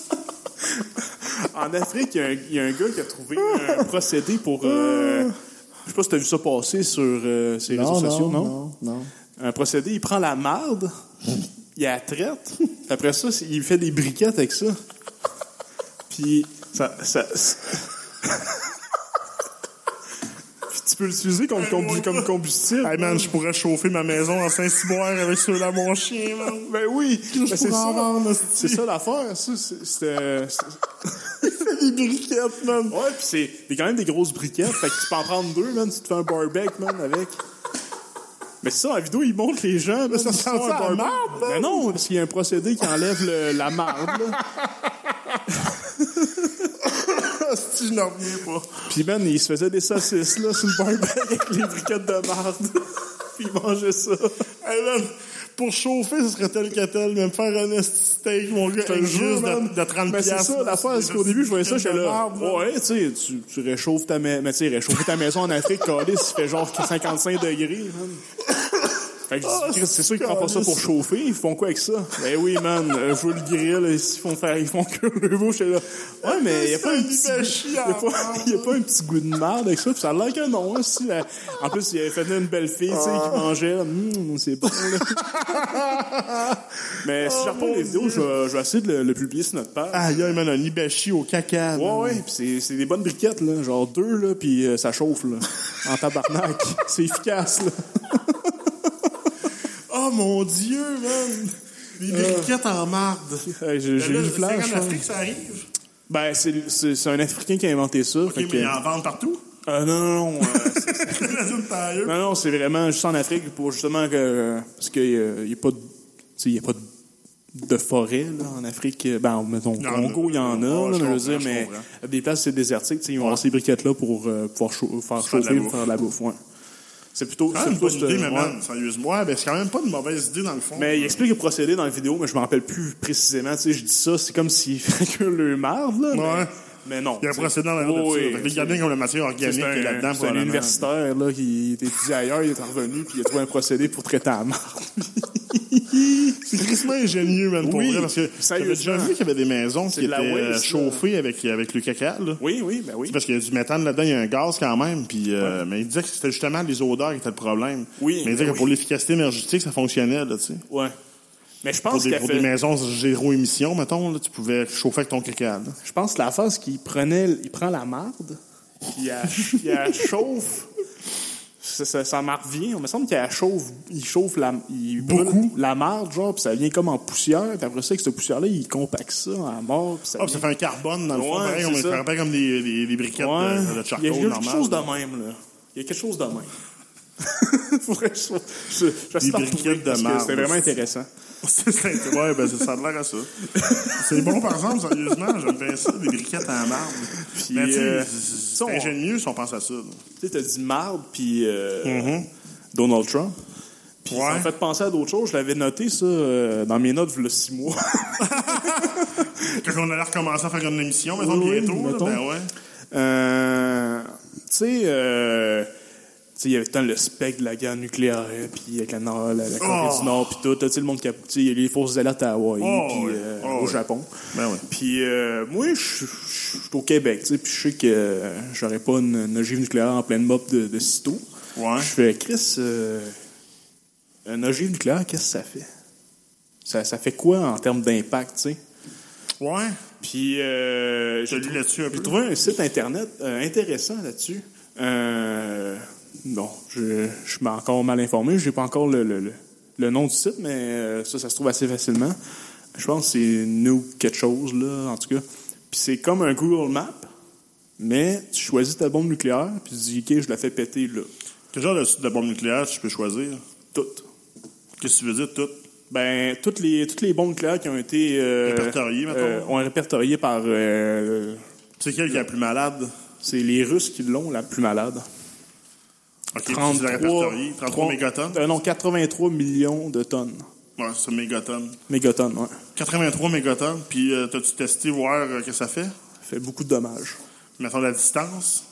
en Afrique, il y a un- il y, a un gars qui a trouvé un procédé pour... euh, je sais pas si t'as vu ça passer sur euh, ses réseaux sociaux, non?
non.
Un procédé, il prend la marde, il la traite, puis après ça, c'est- il fait des briquettes avec ça. Puis ça... ça Puis tu peux l'utiliser comme, combu- comme combustible.
Hey man, je pourrais chauffer ma maison en Saint-Cyboire avec ceux-là, mon chien, man.
Ben oui, ben c'est
pourrais en
ça.
vendre,
C'est ça l'affaire, ça. c'est- c'est, euh, c'est-
Des briquettes, man.
Ouais, pis c'est c'est quand même des grosses briquettes. Fait que tu peux en prendre deux, man. Tu te fais un barbecue, man, avec. Mais c'est ça, la vidéo, ils montrent les gens. Là,
ça
ils
sent
font un
ça la
barbecue.
marde,
Ben non, parce qu'il y a un procédé qui enlève le- la marde. là.
Si je n'en reviens pas.
Puis man, ils se faisaient des saucisses là, sur le barbecue avec les briquettes de marde. Puis ils mangeaient ça.
Hey, man, pour chauffer, ce serait tel que tel, mais me faire un esti steak, mon gars,
C'est
avec juste de, de 30
Mais Ben, c'est
piastres,
ça,
là,
l'affaire, c'est qu'au
des
début, je voyais ça,
petites
j'étais là,
mardes, là.
ouais, tu sais, tu, tu réchauffes ta maison, mais tu sais, réchauffer ta maison en Afrique, calé, ça fait genre 55 degrés, man. Fait que
Ah,
je dis, Christ, c'est sûr qu'ils prennent pas ça pour chauffer, ils font quoi avec ça? Ben oui, man, euh, je veux le grill, ils font faire, ils font que le veau, j'étais là. Ouais, mais y a pas un petit,
Hibachi
y a
en
pas, y a pas un petit goût de merde avec ça, pis ça a l'air que non, hein, si, la- en plus, il avait fait venir une belle fille, tu sais,
Ah.
qui mangeait, là, Hum, c'est bon, là. Mais si je reprends les vidéos, je vais, je vais essayer de le, le publier sur notre page.
Aïe, aïe, man, un hibachi au caca.
Ouais,
man.
ouais, pis c'est, c'est des bonnes briquettes, là. Genre deux, là, pis euh, ça chauffe, là. En tabarnak. c'est efficace, là.
Oh mon dieu, man. Des briquettes en marde. Ben
Euh, Ah. j'ai, j'ai eu le flash.
C'est
hein.
en Afrique, ça arrive.
Ben, c'est, c'est, c'est un Africain qui a inventé ça.
Ok,
fait
mais
que-
ils en vendent partout.
Euh, non, non, non. euh, c'est,
Imagine tailleux.
non, non, c'est vraiment juste en Afrique pour justement que. euh, parce qu'il n'y a pas de. Tu sais, y a pas de de forêt là, en Afrique ben mettons au
y en a.
Congo il y en a
Ouais,
là,
je
mais
comprends,
je veux dire
je
mais
comprends.
à des places c'est désertique tu sais, ils vont avoir ces briquettes là pour euh, pouvoir chau- faire
Faire de la
chauffer
bouffe.
faire de la bouffe ouais. c'est plutôt
Ah,
c'est
C'est quand même une
plutôt
bonne
ce-
idée, mais
ouais.
man, sérieusement. Ouais, ben, c'est quand même pas une mauvaise idée, dans le fond.
Mais il explique le procédé dans la vidéo, mais je me rappelle plus précisément. Tu sais, je dis ça, c'est comme s'il fait le marde, là. mais-
Ouais.
Mais, non.
Il y a un
tu sais.
procédé dans la route
Oui,
de ça. Fait que les gardiens qui ont la matière
tu sais,
organique
C'est
qui est là-dedans,
un, c'est un
probablement.
universitaire là, qui était étudié ailleurs, il est revenu puis il a trouvé un procédé pour traiter la marde.
C'est tristement ingénieux, man, pour
Oui,
vrai, parce que j'avais déjà
sérieusement.
vu qu'il y avait des maisons
C'est
qui
de la
étaient
waste, là.
euh, chauffées avec, avec le caca, là.
Oui, oui, ben oui.
Parce qu'il y a du méthane là-dedans, il y a un gaz quand même. Puis, euh, Mais il disait que c'était justement les odeurs qui étaient le problème.
Oui,
Mais il disait
ben
que
oui.
pour l'efficacité énergétique, ça fonctionnait, là, tu sais.
Ouais. Mais je
Pour,
pense
des,
qu'elle
pour des
Ah, fait.
maisons zéro émission, mettons, là, tu pouvais chauffer avec ton caca, là.
Je pense que la phase qu'il prenait, il prend la marde, puis elle, puis elle chauffe. Ça, ça, ça m'en revient. Il me semble qu'il chauffe, il chauffe la, il brûle
Beaucoup.
la marde, genre, puis ça vient comme en poussière. Puis après ça, avec cette poussière-là, il compacte ça en mort. Puis ça
Ah, puis ça fait un carbone dans le fond,
Ouais,
pareil,
c'est
on
ça.
fait pareil comme des, des, des briquettes
Ouais.
de, de euh, charcoal
Il y a quelque
normal.
chose de même, là. Il y a quelque chose de même. Faudrait que je je, je
Des
vais
briquettes
retrouver,
de
parce que
marde.
C'était vraiment intéressant.
C'est ça, ouais, ben, ça a l'air à ça. C'est bon, par exemple, sérieusement, j'aime bien ça, des briquettes en marbre.
Puis,
Mais tu sais,
euh,
c'est
on-
c'est ingénieux si on pense à ça. là.
Tu sais, t'as dit marde, puis euh, Donald Trump. Puis ça
Mhm. Ouais.
m'a fait penser à d'autres choses. Je l'avais noté, ça, euh, dans mes notes, il y a six mois.
Quand on allait recommencer à faire une émission, mettons,
Oui, oui,
bientôt, là,
mettons.
ben ouais.
Euh, tu sais, euh, tu sais, il y avait tant le spectre de la guerre nucléaire, puis avec la, Nord- la, la Corée
Oh.
du Nord, puis tout, tu sais, le monde qui a... tu sais, Il y a eu les fausses alertes à Hawaï,
Oh,
puis
ouais.
euh,
Oh,
au
ouais.
Japon.
Ben ouais.
Puis euh, moi, je je- je suis au Québec, tu sais, puis je sais que euh, j'aurais pas une, une ogive nucléaire en pleine mop de, de sitôt.
Ouais.
Je fais, Chris, euh, une ogive nucléaire, qu'est-ce que ça fait? Ça, ça fait quoi en termes d'impact, tu sais?
Ouais.
Puis euh,
J'ai
j'ai
lu là-dessus un peu.
j'ai trouvé un site internet euh, intéressant là-dessus. Euh, non, je, je suis encore mal informé. Je n'ai pas encore le, le- le- le nom du site, mais euh, ça, ça se trouve assez facilement. Je pense que c'est New quelque chose, là, en tout cas. Puis c'est comme un Google Map, mais tu choisis ta bombe nucléaire, puis tu dis, OK, je la fais péter là.
Quel genre de, de bombe nucléaire tu peux choisir?
Toutes.
Qu'est-ce que tu veux dire, tout?
Ben, toutes les, toutes les bombes nucléaires qui ont été. euh,
Répertoriées, mettons.
euh, ont répertoriées par. euh,
C'est quel qui est la plus malade?
c'est les Russes qui l'ont la plus malade.
Ok, tu dis la répertoriée. 33 mégatonnes?
Euh, non, 83 millions de tonnes.
Ouais, c'est mégatonnes.
Mégatonnes, ouais.
83 mégatonnes, puis euh, t'as-tu testé voir euh, que ça fait?
Ça fait beaucoup de dommages.
Mettons la distance.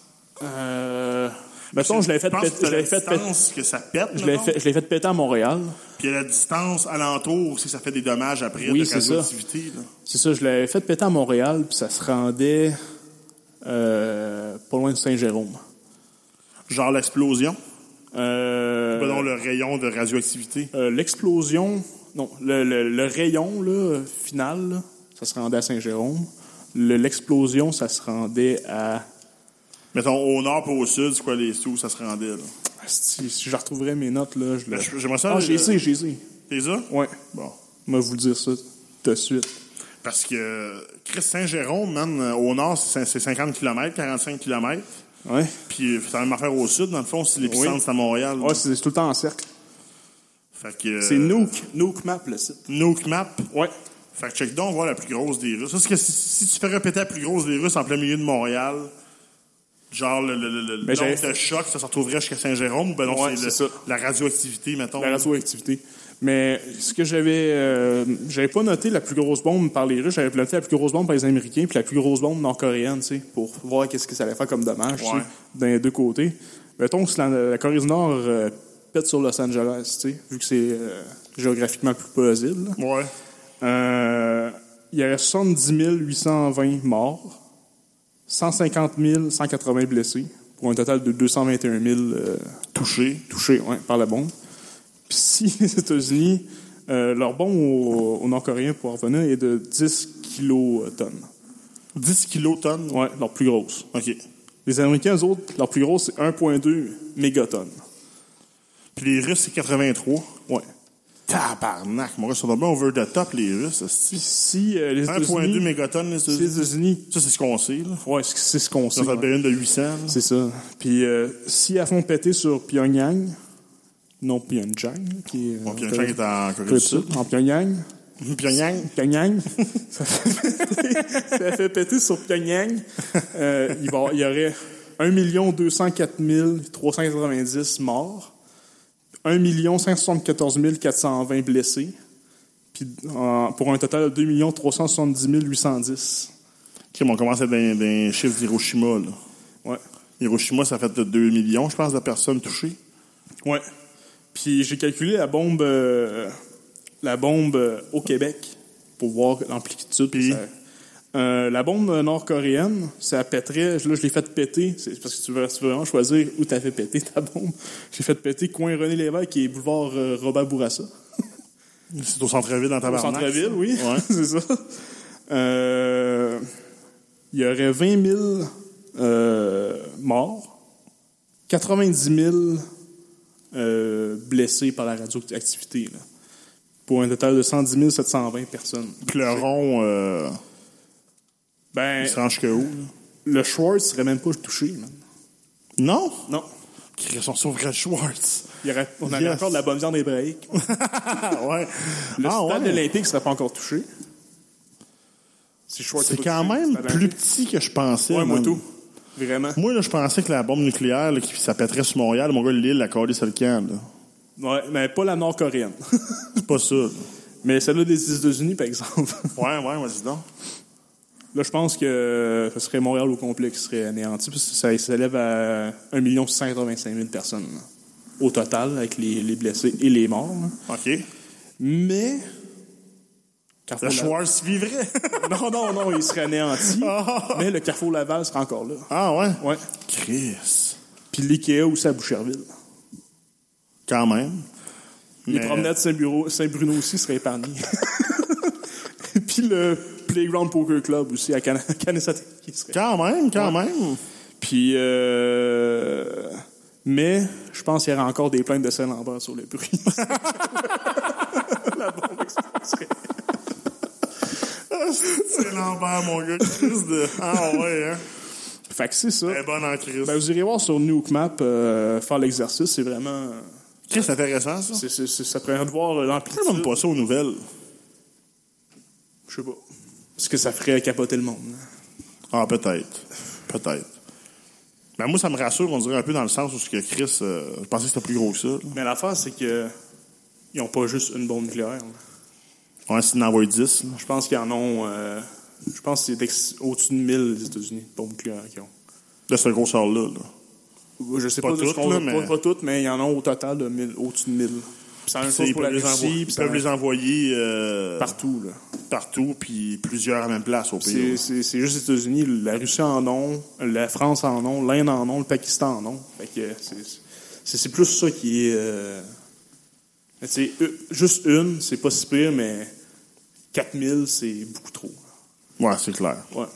Euh... Mettons, je l'avais fait,
Tu penses
péter-
que
je
t'as la
l'avais fait, péter-
distance que ça pète,
je l'avais
mettons?
fait, je l'avais fait péter à Montréal.
Puis à la distance alentour aussi, ça fait des dommages après
Oui,
de
c'est ça.
radioactivité. là.
C'est ça, je l'avais fait péter à Montréal, puis ça se rendait euh, pas loin de Saint-Jérôme.
Genre l'explosion,
Euh,
Prenons le rayon de radioactivité.
euh, L'explosion, non, le, le- le rayon là, final, là, ça se rendait à Saint-Jérôme. Le- L'explosion, ça se rendait à...
Mettons au nord pour au sud, c'est quoi les sous, ça se rendait. Là.
Si, si je retrouverais mes notes, là, je le...
Ben, je- J'aimerais ça.
Ah, j'ai
euh,
essayé, j'ai essayé.
T'es ça?
Ouais.
Bon.
Moi, vous le dire ça tout de suite.
Parce que euh, Chris Saint-Jérôme, man, euh, au nord, c'est c'est 50 km, 45 km.
Ouais.
Puis euh, ça va m'en faire au sud, dans le fond, si l'épicentre,
Oui.
c'est à Montréal. là.
Ouais, c'est c'est tout le temps en cercle.
Fait que, euh,
C'est Nook, Nook Map, le site.
Nook Map.
Ouais.
Fait que check donc voir la plus grosse des Russes. Parce que si, si tu fais répéter la plus grosse des Russes en plein milieu de Montréal, genre le, le, le, le
Mais
nombre
j'ai-
de chocs, ça se retrouverait jusqu'à Saint-Jérôme ou ben non,
Ouais,
c'est le-
c'est ça.
la radioactivité, mettons.
la radioactivité. Mais ce que j'avais. euh, j'avais pas noté la plus grosse bombe par les Russes, j'avais noté la plus grosse bombe par les Américains, puis la plus grosse bombe nord-coréenne, tu sais, pour voir qu'est-ce que ça allait faire comme dommage, tu sais,
Ouais.
d'un des deux côtés. Mettons que si la, la Corée du Nord euh, pète sur Los Angeles, tu sais, vu que c'est euh, géographiquement plus plausible. là.
Ouais.
Euh, il y aurait 70 820 morts, 150 180 blessés, pour un total de 221 000 euh,
Touché.
touchés ouais, par la bombe. Puis si les États-Unis, euh, leur bombe au, au Nord-Coréen, pour en revenir, est de 10 kilotonnes.
10 kilotonnes.
Ouais, leur plus grosse.
OK.
Les Américains, eux autres, leur plus grosse, c'est 1,2 mégatonnes.
Puis les Russes, c'est 83.
Ouais.
Tabarnak, mon gars, ils sont bien over the top, les Russes.
Puis
esti.
si euh, les
1,2
États-Unis...
mégatonnes, les
si les
États-Unis.
États-Unis...
Ça, c'est ce qu'on sait, là.
Ouais, c'est c'est ce qu'on sait.
Dans
ouais.
une période de 800. là.
C'est ça. Puis euh, si elles font péter sur Pyongyang, non Pyongyang, qui est, euh,
Bon, Pyongyang est en Corée
Corée
du
du
Sud.
Sud, en Pyongyang,
Pyongyang.
Pyongyang, ça fait péter, ça fait péter sur Pyongyang, euh, il, va, il y aurait 1 204 390 morts, 1 574 420 blessés, puis euh, pour un total de 2 370 810.
OK, mais on commence à être dans, dans les chiffres d'Hiroshima, là.
Ouais.
Hiroshima, ça fait peut-être 2 millions, je pense, de personnes touchées.
Ouais. Puis j'ai calculé la bombe, euh, la bombe euh, au Québec pour voir l'amplitude.
Puis?
Ça- Euh, la bombe nord-coréenne, ça pèterait. Là, je l'ai fait péter. C'est parce que tu veux, tu veux vraiment choisir où t'as fait péter ta bombe. J'ai fait péter coin René Lévesque et boulevard euh, Robert Bourassa.
C'est au centre-ville, dans
Au
Tabarnak.
centre-ville,
ça.
oui.
Ouais.
C'est ça. Euh, Il y aurait 20 000 euh, morts, 90 000 euh, blessés par la radioactivité, là, pour un total de 110 720 personnes.
Puis le rond, euh,
Ben,
il se rend jusqu'à où, là?
le Schwartz serait même pas touché, man.
Non?
Non.
Qui sont sauvés Schwartz.
Il y aurait- on aurait
Yes.
encore de la bonne viande hébraïque.
Ah, ouais.
Le
ah,
stade
ouais.
olympique serait pas encore touché. Si Schwartz
C'est
est pas
quand
touché,
même
le stade
plus
olympique.
petit que je pensais.
Ouais, moi
man.
tout. Vraiment.
Moi, là, je pensais que la bombe nucléaire, là, qui, ça pèterait sur Montréal, mon gars, l'île, la calée, c'est le camp, là.
Ouais, mais pas la nord-coréenne.
C'est pas ça, là.
Mais celle-là des États-Unis, par exemple.
Ouais, ouais, ouais, dis donc.
Là, je pense que ce serait Montréal au complet qui serait anéanti, parce que ça s'élève à 1 685 000 personnes là, au total, avec les, les blessés et les morts. là.
OK.
Mais.
Le
Carrefour Laval-
Schwartz vivrait.
Non, non, non, il serait anéanti. mais le Carrefour Laval serait encore là.
ah, ouais?
Ouais.
Chris.
Puis l'IKEA aussi à Boucherville.
Quand même.
Les
Mais-
promenades Saint-Bureau- Saint-Bruno aussi seraient épargnées. Et Puis le Playground Poker Club aussi à Can- Canissaté qui serait.
Quand même, quand même.
Puis, euh, mais je pense qu'il y aurait encore des plaintes de Saint-Lambert sur le prix. La bombe exploserait.
C'est Lambert, mon gars. Chris de. Ah, ouais, hein.
Fait que c'est ça.
Elle est bonne en Chris.
Ben, vous irez voir sur Nuke Map euh, faire l'exercice, c'est vraiment.
Chris, c'est intéressant, ça.
c'est- c'est- c'est- ça permet de voir l'amplitude.
Je ne pas ça aux nouvelles.
Je sais pas. Parce que ça ferait capoter le monde. hein.
Ah, peut-être. Peut-être. Mais moi, ça me rassure, on dirait un peu dans le sens où ce que Chris, euh, je pensais que c'était plus gros que ça. là.
Mais l'affaire, c'est que. Ils n'ont pas juste une bombe nucléaire. là.
On a essayé d'en envoyer 10. là.
Je pense qu'ils en ont. euh, je pense que c'est d'ex- au-dessus de 1000 les États-Unis, de bombes nucléaires qu'ils ont.
De ce gros sort-là. là.
Je sais
Pas
pas, de ce
toutes,
qu'on
là,
pas-
mais-
pas toutes, mais il y en a au total de 1000 au-dessus de 1000. Puis c'est la même
Ça,
chose
Ils
pour la
peuvent les envoyer,
Russie,
ils
puis
peuvent les envoyer euh,
partout. là.
partout, puis plusieurs à la même place au
C'est-
pays.
C'est c'est juste les États-Unis, la Russie en ont, la France en ont, l'Inde en ont, le Pakistan en ont. Fait que c'est- c'est c'est plus ça qui est... euh, mais tu sais, euh, juste une, c'est pas si pire, mais 4000, c'est beaucoup trop.
Ouais, c'est clair.
Ouais.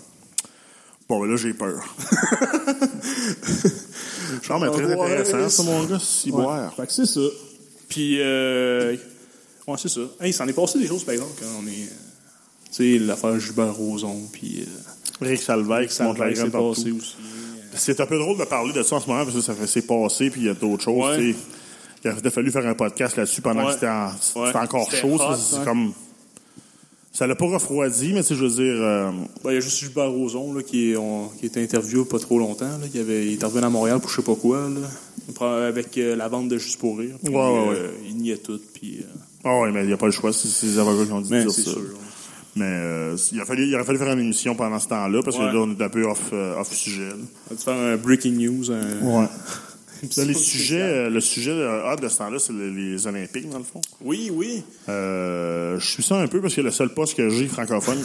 Bon, ben là, j'ai peur. non, mais très
Ouais,
intéressant, ça, mon gars,
Ouais.
si boire.
Fait que c'est ça. Puis, euh, ouais, c'est ça. Hey, il s'en est passé des choses, par exemple, quand on est. euh, tu sais, l'affaire Jubin Roson, puis. Euh,
Rick Salvec, qui
ça
monte la graine partout.
passé aussi. euh,
C'est un peu drôle de parler de ça en ce moment, parce que ça fait c'est passé, puis il y a d'autres choses.
Ouais.
tu sais. Il Il a, il a fallu faire un podcast là-dessus pendant
Ouais.
que c'était, en- c'était
Ouais.
encore
C'était
chaud.
hot,
ça, c'est
ouais.
comme. Ça l'a pas refroidi, mais tu sais, je veux dire. euh,
Ben, il y a juste Gilbert Rozon là, qui, est- on- qui était interviewé pas trop longtemps. Là, qui avait, il est revenu à Montréal pour je sais pas quoi. là. Il prend- avec euh, la vente de Juste pour rire. Puis,
Ouais, ouais,
euh, Il niait tout. Puis, euh,
Ah ouais, mais il n'y a pas le choix, c'est c'est les avocats qui ont dit de
mais
dire
c'est
ça.
sûr.
Mais euh, il, a fallu, il aurait fallu faire une émission pendant ce temps-là, parce que
Ouais.
là, on est un peu off, euh, off sujet. là.
On va te faire un breaking news. Un...
Ouais.
une
Là, les
petite-
sujets, euh, le sujet euh, hot de ce temps-là, c'est les, les Olympiques, dans le fond.
Oui, oui.
Euh, je suis ça un peu parce que le seul poste que j'ai francophone,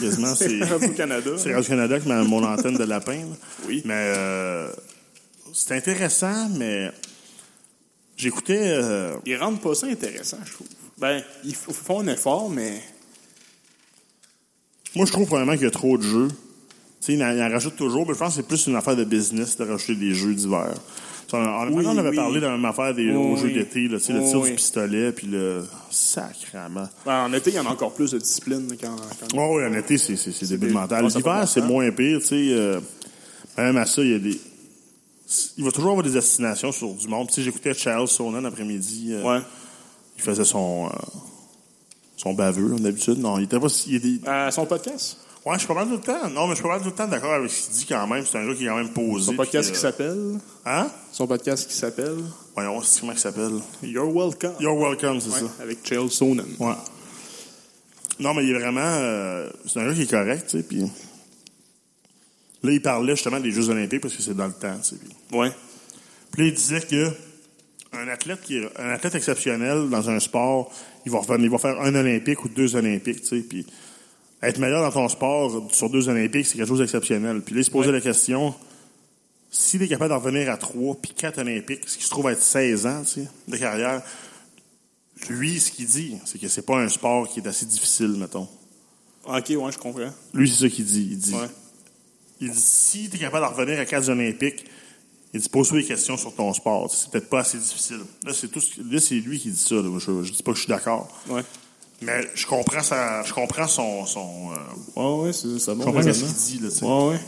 quasiment, c'est
C'est Radio-Canada.
c'est Radio-Canada avec ma- mon antenne de lapin. là.
Oui.
Mais euh, c'est intéressant, mais j'écoutais. euh,
Ils rendent pas ça intéressant, je trouve. Ben, ils f- font un effort, mais.
Moi, je trouve probablement qu'il y a trop de jeux. Tu sais, il en, il en rajoute toujours, mais je pense que c'est plus une affaire de business de rajouter des jeux d'hiver. Tu sais, On, on-
Oui,
on avait
oui.
parlé d'une affaire des aux
Oui,
jeux
oui.
d'été, là, tu sais, le
Oui,
tir du
oui.
pistolet, puis le sacrament.
Ben, en été, il y en a encore plus de discipline là, qu'en. qu'en-
Oh, oui, en été, c'est, c'est, c'est début
des-
mental.
Ouais, ça hein?
L'hiver,
peut
c'est
faire.
moins pire, tu sais. euh, même à ça, il y a des. Il va toujours avoir des destinations sur du monde. Tu sais, j'écoutais Charles Sonnen l'après-midi. euh,
Ouais.
Il faisait son. euh, son baveux, comme d'habitude. Non, il était pas. si- il était-
À Euh, son podcast.
Ouais, je suis pas mal tout le temps. Non, mais je suis pas mal tout le temps d'accord avec ce qu'il dit quand même. C'est un gars qui est quand même posé.
Son
puis euh,
podcast
que-
qui s'appelle.
Hein?
Son podcast qui s'appelle.
Voyons, c'est comment il s'appelle?
You're Welcome.
You're Welcome, c'est
Ouais,
ça.
Avec Chael Sonnen.
Ouais. Non, mais il est vraiment. euh, c'est un gars qui est correct, tu sais. Puis. Là, il parlait justement des Jeux Olympiques parce que c'est dans le temps, tu sais. Puis
Ouais.
puis là, il disait que un athlète, qui est, un athlète exceptionnel dans un sport, il va, revenir- il va faire un Olympique ou deux Olympiques, tu sais. Puis être meilleur dans ton sport sur deux Olympiques, c'est quelque chose d'exceptionnel. Puis là, il se posait
Ouais.
la question s'il est capable d'en revenir à trois puis quatre Olympiques, ce qui se trouve être 16 ans, tu sais, de carrière, lui, ce qu'il dit, c'est que c'est pas un sport qui est assez difficile, mettons.
Ok, ouais, je comprends.
Lui, c'est ça qu'il dit. Il dit,
Ouais.
il dit si tu es capable de revenir à quatre Olympiques, il dit pose-toi des questions sur ton sport. C'est peut-être pas assez difficile. Là, c'est tout ce que- là, c'est lui qui dit ça. là. Je, je dis pas que je suis d'accord.
Ouais.
Mais je comprends sa, je comprends son. son euh,
Ouais, ouais, c'est ça.
je
Bon,
comprends ce
raisonnement.
qu'il dit. Là, tu sais.
Ouais, ouais.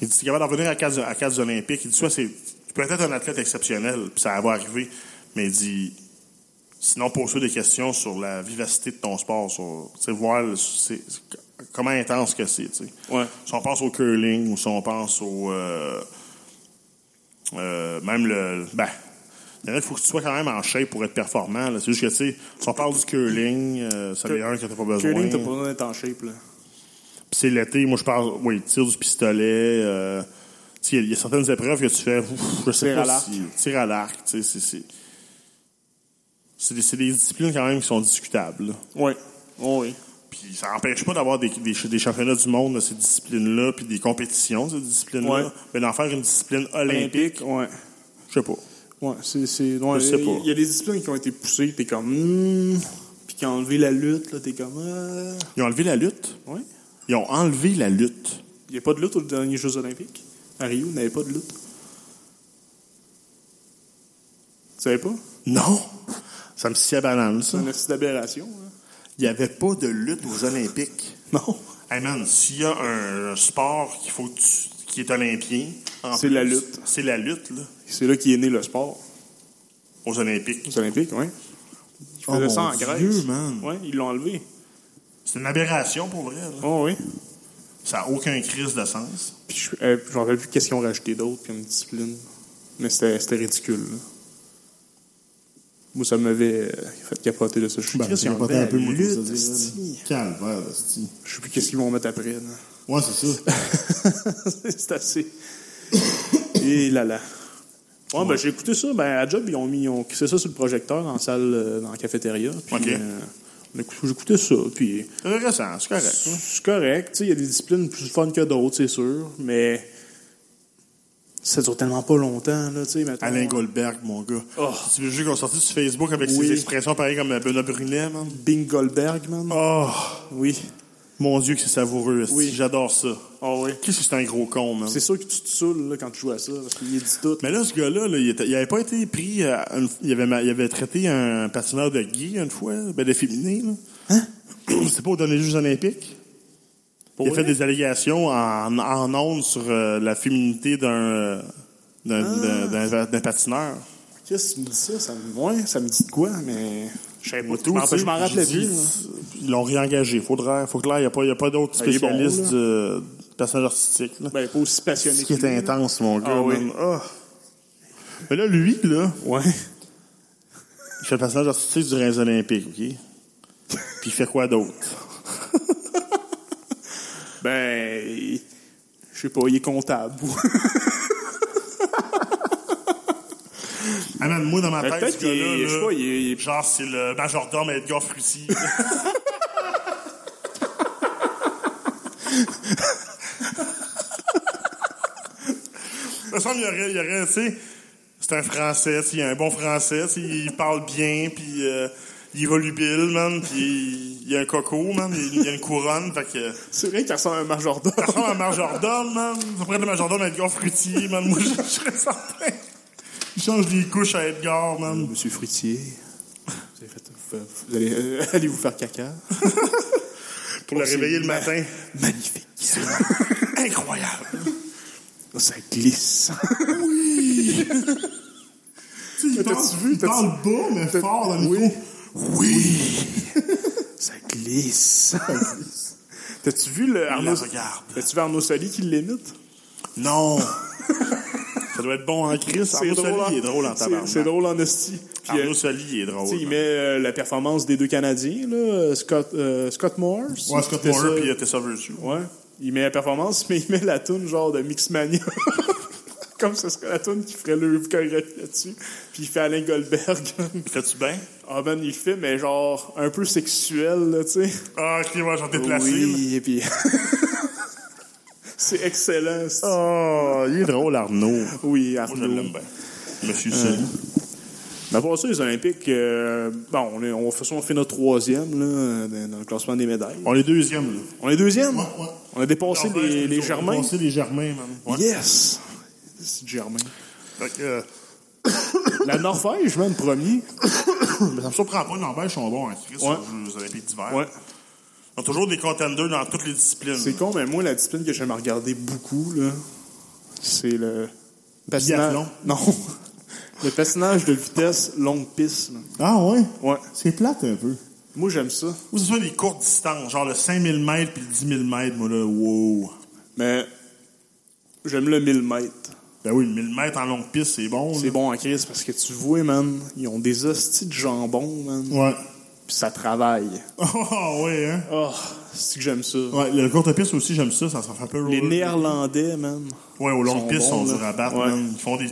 Il dit, t'es capable d'en revenir à quatre, à quatre Olympiques. Il dit, soit c'est, tu peux être un athlète exceptionnel, puis ça va arriver, mais il dit, sinon, pose-toi des questions sur la vivacité de ton sport, sur, tu sais, voir le- c'est- c'est- comment intense que c'est, tu sais.
Ouais.
Si on pense au curling, ou si on pense au, euh, euh, même le, ben, il y en a, il faut que tu sois quand même en shape pour être performant, là. C'est juste que, tu sais, si on parle du curling, euh, ça
Cur-
est un que t'as pas besoin.
Curling, t'as pas besoin d'être en shape, là.
Puis c'est l'été, moi je parle, oui, tir du pistolet. Euh, tu sais, il y, a- il y a certaines épreuves que tu fais, ouf, je sais
Tir
pas
à l'arc.
si. Tir à l'arc, tu sais, c'est- c'est. C'est des, c'est des disciplines quand même qui sont discutables. là.
Ouais. Ouais, ouais.
Puis ça n'empêche pas d'avoir des, des, des championnats du monde de ces disciplines-là, puis des compétitions de ces disciplines-là.
Ouais.
Mais d'en faire une discipline olympique,
ouais.
je sais pas.
Ouais, c'est. c'est ouais,
Je sais
il-
pas.
Il y a des disciplines qui ont été poussées, t'es comme. hmm, Puis qui ont enlevé la lutte, là, t'es comme. euh,
Ils ont enlevé la lutte.
Ouais.
Ils ont enlevé la lutte.
Il n'y a pas de lutte aux derniers Jeux Olympiques. À Rio, il n'y avait pas de lutte. Tu savais pas?
Non! Ça me scie à banane,
C'est
ça.
une petite aberration. hein.
Il n'y avait pas de lutte aux Olympiques.
Non.
Hey man, s'il y a un sport qu'il faut que tu- qui est olympien, en
C'est
plus,
la lutte.
C'est la lutte là,
C'est là qu'est né le sport.
aux Olympiques.
Aux Olympiques, oui. Ils faisaient
Oh,
ça
mon
en Grèce.
Dieu, man.
Ouais, ils l'ont enlevé.
C'est une aberration pour vrai. là.
Oh, oui.
Ça n'a aucun crise de sens.
Puis je ne me rappelle plus qu'est-ce qu'ils ont rajouté d'autre comme discipline. Mais c'était c'était ridicule. là. Moi, ça m'avait euh, fait capoter de ça.
Ben,
Je sais plus qu'est-ce qu'ils ont enlevé la lutte, esti.
Calvaire,
Je sais plus qu'est-ce qu'ils vont mettre après. là.
Ouais, c'est ça.
c'est assez. Et là là. Ouais, ben j'ai écouté ça. Ben, à Job, ils ont mis, ils ont crissé ça sur le projecteur dans la salle, euh, dans la cafétéria. Puis,
Ok.
euh, on écoute- j'ai écouté ça. Puis,
C'est intéressant, c'est correct. hein.
c'est correct. tu sais, Il y a des disciplines plus fun que d'autres, c'est sûr. Mais ça dure tellement pas longtemps. Là, tu sais, mettons.
Alain Goldberg, mon gars.
Oh.
C'est le jeu qu'on a sorti sur Facebook avec
Oui.
ses expressions pareilles comme euh, Benoît Brunet, man.
Bing Goldberg, man.
Oh,
Oui.
mon Dieu, que c'est savoureux. esti.
Oui.
J'adore ça.
Ah oui.
Qu'est-ce que c'est un gros con, man.
C'est sûr que tu te saoules là, quand tu joues à ça. Parce qu'il est dit tout.
Mais là, ce gars-là, là, il, était- il avait pas été pris. euh, une- il, avait, ma- il avait traité un patineur de gay une fois, ben, de féminin. Là. C'était pas au dernier Jeux Olympiques.
Hein? Pour
il a fait
vrai?
des allégations en, en
Ah.
ondes sur euh, la féminité d'un euh, d'un- d'un- d'un- d'un patineur.
Qu'est-ce que tu me dis ça? Ça me, ouais, ça me dit de quoi, mais. Je savais pas tout.
tu sais,
Je m'en rappelais
j'ai dit,
plus. là.
Ils l'ont réengagé. Faudrait, faut que là, il n'y a pas, y a pas d'autres
Ah, il est bon,
spécialistes de personnage artistique. Là.
Ben, pas aussi passionné
Ce qui
que
est
lui, là.
intense, mon gars.
Ah oui.
man. Ah. Mais là, lui, là,
Ouais.
il fait le personnage artistique du Rhin olympique, OK? Puis il fait quoi d'autre?
Ben. il- Je sais pas, il est comptable.
Ah, man, moi, dans ma tête,
Ben, Peut-être
ce
qu'il
gars-là,
est. Je sais
là,
pas, il est- il est.
Genre, c'est le majordome Edgar Frutti. me semble qu'il y aurait, il y aurait, tu sais, c'est un français, tu sais, il y a un bon français, tu sais, il parle bien, puis euh, il est volubile, man, puis il y a un coco, man, il y a une couronne, fait que...
C'est vrai qu'il ressemble à un majordome.
Ça ressemble à un majordome, man. Ça pourrait être le majordome Edgar Frutti, man. Moi, je, je serais certain. Il change les couches à Edgar, man.
Monsieur Fruitier. Vous, avez fait- vous- vous allez, euh, allez vous faire caca.
Pour le
c'est
réveiller le
ma-
matin.
Magnifique.
Incroyable.
Ça glisse.
Il
parle- il parle
bas, mais fort dans le Oui.
Ça glisse. T'as-tu vu le Arnaud...
la Ah, regarde.
T'as-tu vu Arnaud Soli qui l'imite?
Non. ça doit être bon en crise. Arnaud Soli il est drôle en
hein. C'est-
tabarnak.
C'est drôle en esti. Puis, euh,
Arnaud Soli il est
tu
drôle. hein.
sais, il met euh, la performance des deux Canadiens, là, euh, Scott, euh, Scott Moore. si
Ouais, Scott
c'était ça.
Moore puis euh, Tessa Virtue.
Ouais. Il met la performance, mais il met la toune genre de Mixmania. Comme ce serait la toune qui ferait le chorégraphie là-dessus. Puis il fait Alain Goldberg.
Fais-tu bien?
Ah ben, il fait, mais genre un peu sexuel, là, tu sais.
Ah, ok, ouais, j'en ai placé. là.
Oui, et puis... C'est excellent. c'est-
Ah, il est drôle, Arnaud. Euh,
Oui,
Moi,
Arnaud.
je l'aime bien. Monsieur Soli.
Mais pour ça, les Olympiques, euh, bon, on, est, on, de toute façon, on fait notre troisième là, dans, dans le classement des médailles.
On est deuxième, là.
On est deuxième.
Ouais, ouais.
On a dépassé
Norvège,
les,
plutôt.
les Germains.
Dépassé les Germains, man. Ouais.
Yes! C'est Germain.
Fait que, euh,
La Norvège, même, premier.
mais ça me surprend pas, Norvège sont bons hein, en Christ
Ouais.
aux Jeux Olympiques d'hiver.
Ouais.
Ils ont toujours des contenders dans toutes les disciplines.
C'est con, mais moi, la discipline que j'aime regarder beaucoup, là, c'est le... patinage-
Biathlon.
Non. Le patinage de vitesse longue piste. là.
Ah ouais?
Ouais.
C'est plate un peu.
Moi, j'aime ça.
Ou ce soit des courtes distances, genre le 5000 mètres puis le 10 000 mètres, moi là, wow.
Mais j'aime le 1000 mètres.
Ben oui, 1000 mètres en longue piste, c'est bon.
C'est
là.
bon en crise parce que tu vois, man, ils ont des hosties de jambon, man.
Ouais.
Puis ça travaille.
Ah ouais, hein.
Oh, c'est que j'aime ça.
Ouais, le courte piste aussi, j'aime ça, ça s'en fait un peu
Les
roller.
Néerlandais, man.
Ouais, aux longues
sont
pistes
bons,
sont
là.
durs à battre,
Ouais.
man. Ils font des.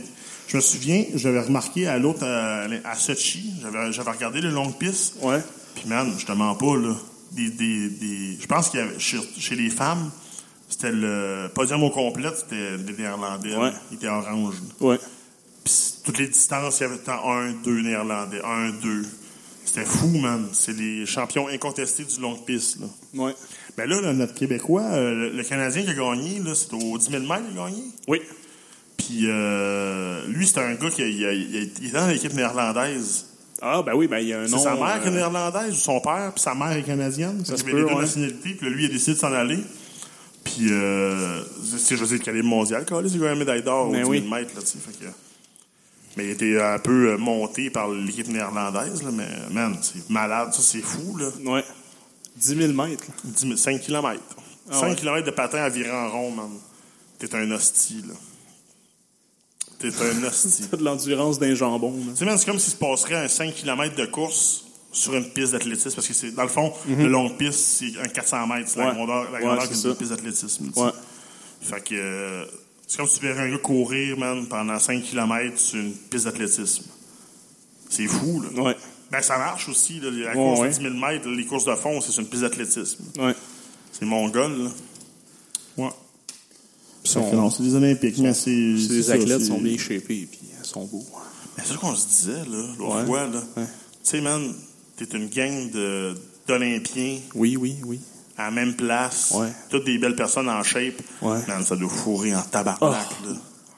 Je me souviens, j'avais remarqué à l'autre, euh, à Sochi, j'avais j'avais regardé les longues pistes.
Ouais.
Puis man, je te mens pas, là. Des, des, des... Je pense qu'il y avait, chez, chez les femmes, c'était le podium au complet, c'était des Néerlandais.
Ouais.
là. Il était orange. là.
Ouais.
Puis c'est- toutes les distances, il y avait tant un, deux Néerlandais, un, deux. C'était fou, man. C'est les champions incontestés du long piste, là.
Ouais.
Ben là, là, notre Québécois, euh, le, le Canadien qui a gagné, là, c'est au 10 000 mètres qu'il a gagné.
Oui.
Puis euh, lui, c'était un gars qui a- il a- il a- il était dans l'équipe néerlandaise.
Ah, ben oui, ben il y a un
C'est
nom.
sa mère qui est
euh,
néerlandaise ou son père, puis sa mère est canadienne.
Ça se
Ça se
peut,
les deux
ouais.
nationalités, puis là, lui, il a décidé de s'en aller. Puis, euh, c'est je sais qu'il est mondial, quand c'est quand même médaille d'or au
Mais
10 000
Ben oui.
mètres, là, tu sais, fait que- Mais il était un peu euh, monté par l'équipe néerlandaise, là, mais man, c'est malade, ça, c'est fou, là.
Ouais. 10 000 mètres. là.
10 000 5 km.
Ah
5
ouais.
km de patin à virer en rond, man. T'es un hostie, là. T'es un hostie.
T'as de l'endurance d'un jambon, man.
Tu sais, man, c'est comme s'il se passerait un 5 km de course sur une piste d'athlétisme, parce que c'est, dans le fond, le long piste, c'est un 400 mètres, c'est
Mhm. Ouais.
la grandeur, la
Ouais,
grandeur
c'est
d'une
ça.
piste d'athlétisme. tu sais.
Ouais.
Fait que, euh, c'est comme si tu verrais un gars courir, man, pendant 5 km sur une piste d'athlétisme. C'est fou, là.
Ouais.
Ben, ça marche aussi, là, la
Ouais,
course
ouais.
de 10 000 mètres, les courses de fond, c'est sur une piste d'athlétisme.
Ouais.
C'est mongol, là. Ouais.
Son-
Fait que non, c'est des Olympiques, mais c'est.
Ces
ça,
athlètes
c'est-
sont bien shapés, puis ils sont beaux. hein.
Mais c'est ça qu'on se disait, là, l'autre
Ouais.
fois, là.
Ouais.
Tu sais, man, t'es une gang de, d'Olympiens
Oui, oui, oui.
à la même place.
Ouais.
Toutes des belles personnes en shape.
Ouais.
Man, ça doit fourrer en tabarnak, là.